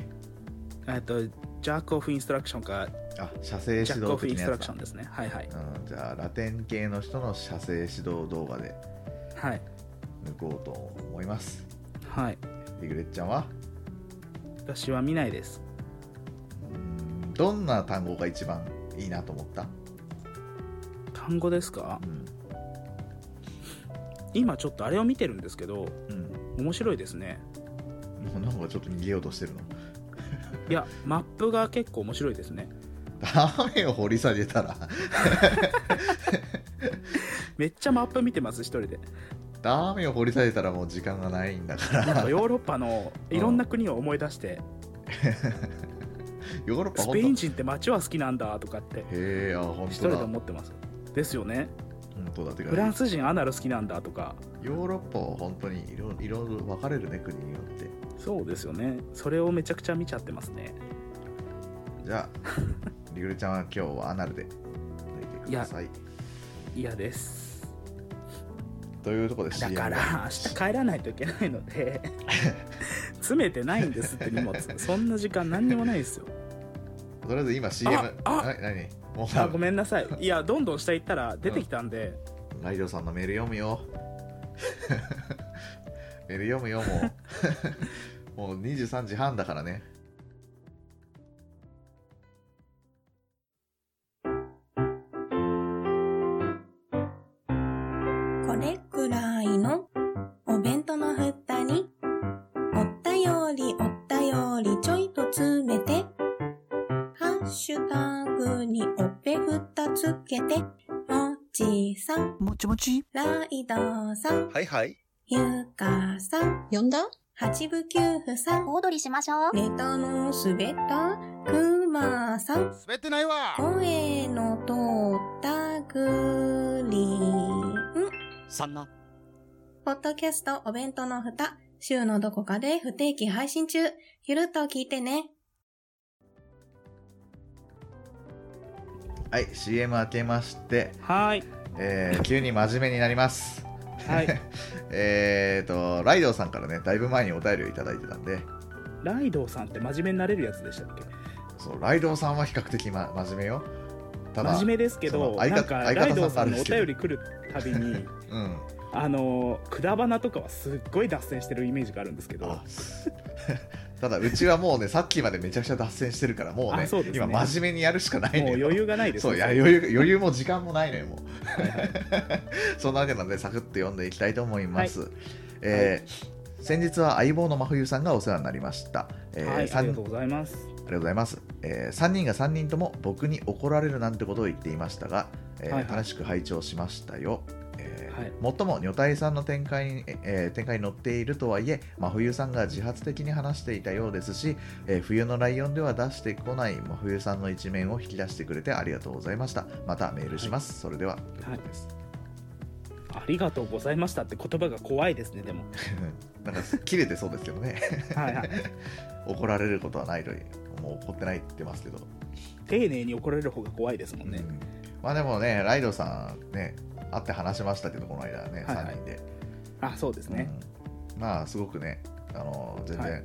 S2: えっと、ジャークオフインストラクションか、
S1: あ射精指
S2: ジャックオ
S1: 導
S2: フイ
S1: 的
S2: ン
S1: なやつ
S2: ストラクショ
S1: だ
S2: ンですね。はいはい。
S1: うん、じゃあラテン系の人の射精指導動画で
S2: はい。
S1: 抜こうと思います
S2: はい。
S1: リグレッちゃんは
S2: 私は見ないです。
S1: うんどんな単語が一番いいなと思った、
S2: 単語ですか
S1: うん
S2: 今ちょっとあれを見てるんですけど、
S1: うん、
S2: 面白いですね。
S1: もうなんかちょっと逃げようとしてるの
S2: いや、マップが結構面白いですね。
S1: ダメよ掘り下げたら
S2: めっちゃマップ見てます、一人で。
S1: ダメよ掘り下げたらもう時間がないんだから
S2: なんかヨーロッパ のいろんな国を思い出して、
S1: ヨーロッパ
S2: ス
S1: 本
S2: ペ
S1: 当
S2: イン人って街は好きなんだとかって、
S1: へえあ本
S2: 一
S1: 当
S2: 人で
S1: だ
S2: 思ってます。ですよね。
S1: 本当だてか
S2: フランス人アナル好きなんだとか、
S1: ヨーロッパは本当にいろいろ分かれるね国によって
S2: そうですよね。それをめちゃくちゃ見ちゃってますね。
S1: じゃ あリグレちゃんは今日はアナルで抜いてください
S2: 嫌です。
S1: というところで CM
S2: だから明日帰らないといけないの で詰めてないんですって荷物そんな時間何にもないですよ
S1: とりあえず今 CM
S2: ああ
S1: な何もう
S2: あごめんなさいいやどんどん下行ったら出てきたんで、
S1: ライドさんのメール読むよ メール読むよもう もう23時半だからね
S4: これくらいのお弁当の蓋に、おったよりおったよりちょいと詰めて、ハッシュタグにおべふたつけて、もちさん、
S5: もちもち。
S4: ライドさん、
S6: はいはい。
S4: ゆかさん、
S7: 呼んだ
S4: 八部九夫さん、
S8: 小踊りしましょう。
S4: ネタのすべたくまさん、
S6: 滑ってないわ
S4: 声のとったぐりん。
S5: さんな。
S4: ポッドキャストお弁当の蓋、週のどこかで不定期配信中。ゆるっと聞いてね。
S1: はい CM 明けまして、
S2: はい
S1: えー急に真面目になります
S2: はい
S1: えーとライドウさんからねだいぶ前にお便りをいただいてたんで
S2: ライドウさんって真面目になれるやつでしたっけ
S1: そうライドウさんは比較的、ま、真面目よただ
S2: 真面目ですけ
S1: そ
S2: ど
S1: の
S2: な
S1: 相方
S2: んか
S1: 相
S2: ライド
S1: 方
S2: ウ
S1: さ
S2: さ
S1: ん
S2: ん
S1: なんで
S2: の
S1: す
S2: お
S1: けど
S2: 便り来るた びに
S1: うん
S2: あの果花とかはすっごい脱線してるイメージがあるんですけど
S1: あ ただうちはもうねさっきまでめちゃくちゃ脱線してるからもうね
S2: あそうですね
S1: 今真面目にやるしかない
S2: もう
S1: のよ
S2: 余裕がないです
S1: そういや余裕余裕も時間もないのよもう そんなわけなのでサクッと読んでいきたいと思います、えー先日は相棒の真冬さんがお世話になりました、えー
S2: はい、
S1: さ
S2: あ
S1: ん
S2: りがとうございます。
S1: ありがとうございます、え3人が3人とも僕に怒られるなんてことを言っていましたが、えー
S2: はいはい
S1: 楽しく拝聴しましたよ、えー
S2: はい
S1: もっとも女体さんの展開に、えー展開に乗っているとはいえ真冬さんが自発的に話していたようですし、えー冬のライオンでは出してこない真冬さんの一面を引き出してくれてありがとうございましたまたメールします、それではということです、
S2: ありがとうございましたって言葉が怖いです ね、でも。
S1: なんか切れてそうですけどね
S2: はいはい。
S1: 怒られることはないというもう怒ってないって言ってますけど
S2: 丁寧に怒られる方が怖いですもん
S1: う
S2: ね。
S1: んまあでもね、ライドさんね、会って話しましたけど、この間ね、
S2: はいはい
S1: 3人で。
S2: あ、そうですね。
S1: うんまあ、すごくね、あの全然、
S2: はい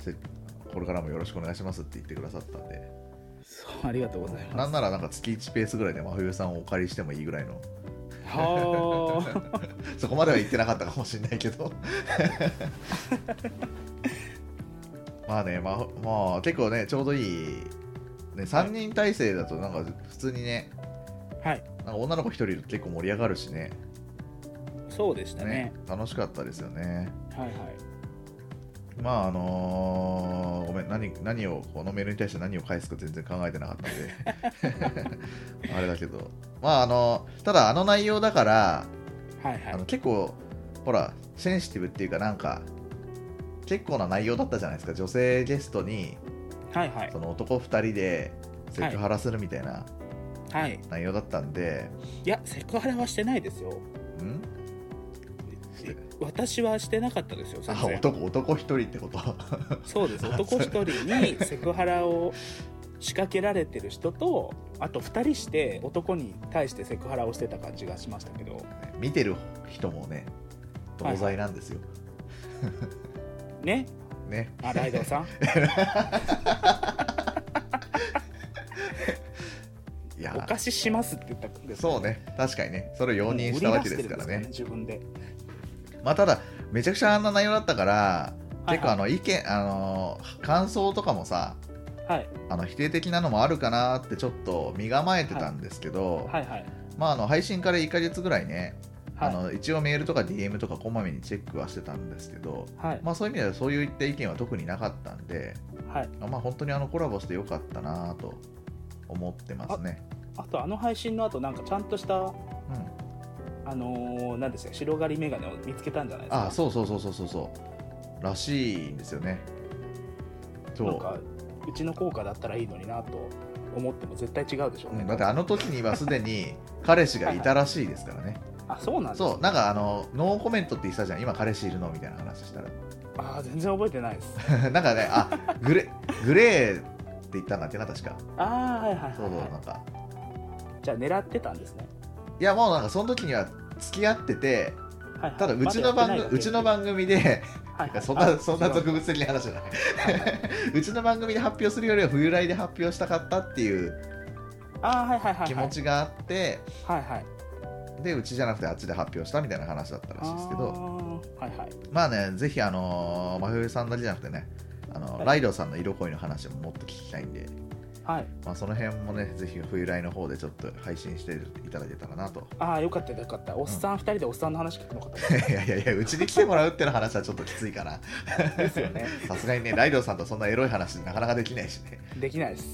S1: せこれからもよろしくお願いしますって言ってくださったんで、
S2: そうありがとうござい
S1: な
S2: ま
S1: ん
S2: す。
S1: ならなんか月1ペースぐらいで真冬さんをお借りしてもいいぐらいの、
S2: は
S1: そこまでは言ってなかったかもしれないけど。 まあね、まあ、まあ、結構ね、ちょうどいい、ね、3人体制だと、なんか普通にね、
S2: あ。はい。
S1: なんか女の子1人だと結構盛り上がるしね。
S2: そうでした
S1: ね
S2: ね。
S1: 楽しかったですよね。
S2: はいはい。
S1: まああのーごめん何何をこのメールに対して何を返すか全然考えてなかったん であれだけどまああのただあの内容だから
S2: はい
S1: あ
S2: は
S1: の結構ほらセンシティブっていうかなんか結構な内容だったじゃないですか女性ゲストに
S2: い。はいはい
S1: そ。の男2人でセクハラするみたいな
S2: はい。
S1: 内容だったんで、
S2: いや、セクハラはしてないですよ。
S1: ん
S2: え私はしてなかったですよ、全
S1: あ
S2: 然。
S1: 男男1人ってこと は
S2: そうです。男一人にセクハラを仕掛けられてる人と、あと二人して男に対してセクハラをしてた感じがしましたけど。
S1: 見てる人もね同罪なんですよ、
S2: ね。
S1: ね
S2: あ、ライド ウさん。
S1: いや
S2: お貸ししますって言ったんです
S1: そうね、確かにね、それを容認したわけですからね。
S2: 売り出してるんですかね
S1: まあただ、めちゃくちゃあんな内容だったから、
S2: はいはい
S1: 結構あの意見、あのー感想とかもさ、
S2: 自分で、はい、
S1: あの否定的なのもあるかなってちょっと身構えてたんですけど、
S2: はいはい
S1: まああの配信から1ヶ月ぐらいね、
S2: はい
S1: あの一応メールとか DM とかこまめにチェックはしてたんですけど、
S2: はい
S1: まあそういう意味ではそういった意見は特になかったんで、
S2: はい
S1: あまあ本当にあのコラボしてよかったなと思ってますね。
S2: あとあの配信の後なんかちゃんとした
S1: うん、
S2: あのー、なんでしたっけ白狩りメガネを見つけたんじゃないですか
S1: あそうそうそうそうそうそうらしいんですよねそ
S2: なん
S1: う
S2: かうちの効果だったらいいのになと思っても絶対違うでしょう
S1: う
S2: ね、
S1: んだってあの時にはすでに彼氏がいたらしいですからね
S2: あそうなんです
S1: そうなんかあのノーコメントって言ってたじゃん今彼氏いるのみたいな話したら
S2: あー全然覚えてないです
S1: なんかねあグレグレーって言ったんだってな確か
S2: ああはいはい
S1: そう
S2: は
S1: そ
S2: いうは
S1: なんか
S2: いじゃあ狙ってたんですね
S1: いやもうなんかその時には付き合ってて
S2: はいはい
S1: ただうちの
S2: ま
S1: 番
S2: だ
S1: 組
S2: やってないだけ
S1: うちの番組で
S2: はいはい
S1: そん
S2: あ
S1: なそんな
S2: 違う
S1: 特別的な話じゃない うちの番組で発表するよりは冬来で発表したかったっていう
S2: あーはいはいはいはい
S1: 気持ちがあって、
S2: はいはい
S1: でうちじゃなくてあっちで発表したみたいな話だったらしいですけど
S2: あーはいはい
S1: まあねぜひあの真冬さんだけじゃなくてねあの
S2: はい
S1: ライドさんの色恋の話ももっと聞きたいんで、
S2: はい
S1: まあ、その辺もねぜひ冬来の方でちょっと配信していただけたらなと
S2: ああよかったよかったおっさん二人でおっさんの話聞くのかと思っ
S1: いやいやいやうちに来てもらうっての話はちょっときついかな
S2: たですよ ね
S1: さすがにねライドさんとそんなエロい話なかなかできないしね
S2: できないです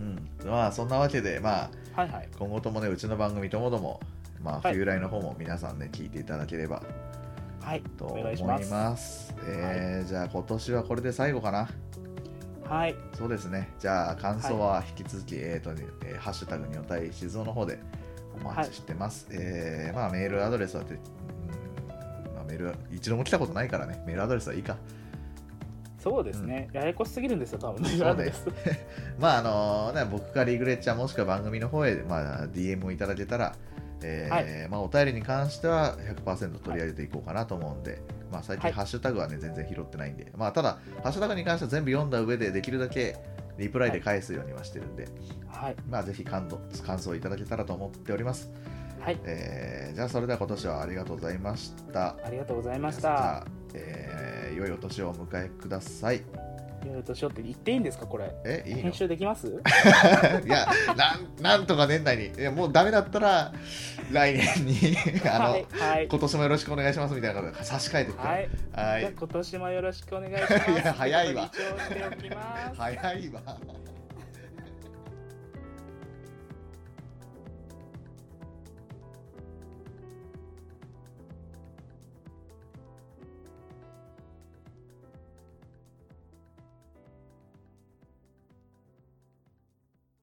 S1: うんまあそんなわけでまあ
S2: はいはい
S1: 今後ともねうちの番組ともどもまあ
S2: はい
S1: 冬来の方も皆さんね聞いていただければ
S2: はい
S1: と
S2: お
S1: 思
S2: 願い
S1: い
S2: し
S1: ま
S2: ますす
S1: えーじゃあ今年はこれで最後かな
S2: はい
S1: そうですねじゃあ感想は引き続き、えーとねえーハッシュタグにおたい静雄の方でお待ちしてます、えーまあメールアドレスはてうんまあメールは一度も来たことないからねメールアドレスはいいか
S2: そうですね、ややこしすぎるんですよ多分
S1: そうだよまああのね、僕かリグレッチャーもしくは番組の方へ、まあ、DM をいただけたら、えーまあ、お便りに関しては100%取り上げていこうかなと思うんで、まあ、最
S2: は
S1: 近
S2: い
S1: ハッシュタグは、ね、全然拾ってないんで、まあ、ただハッシュタグに関しては全部読んだ上でできるだけリプライで返すようにはしてるんで、
S2: はい
S1: まあ、ぜひ感度感想いただけたらと思っております、
S2: はい
S1: えーじゃあそれでは今年はありがとうございました
S2: ありがとうございまし
S1: じ
S2: た
S1: ゃあ、えー良いお年をお迎えください
S2: いろいろとしようって言っていいんですかこれ
S1: えいいの
S2: 編集できま す
S1: いやなん、なんとか年内に、いやもうダメだったら、来年にあの、
S2: はいはい
S1: 今年もよろしくお願いしますみたいなことで差し替えてく
S2: はい、
S1: れは
S2: じゃあ
S1: い、
S2: 今年もよろしくお願いします
S1: いや早いわ
S2: とうことで一応しておきます
S1: 早いわ。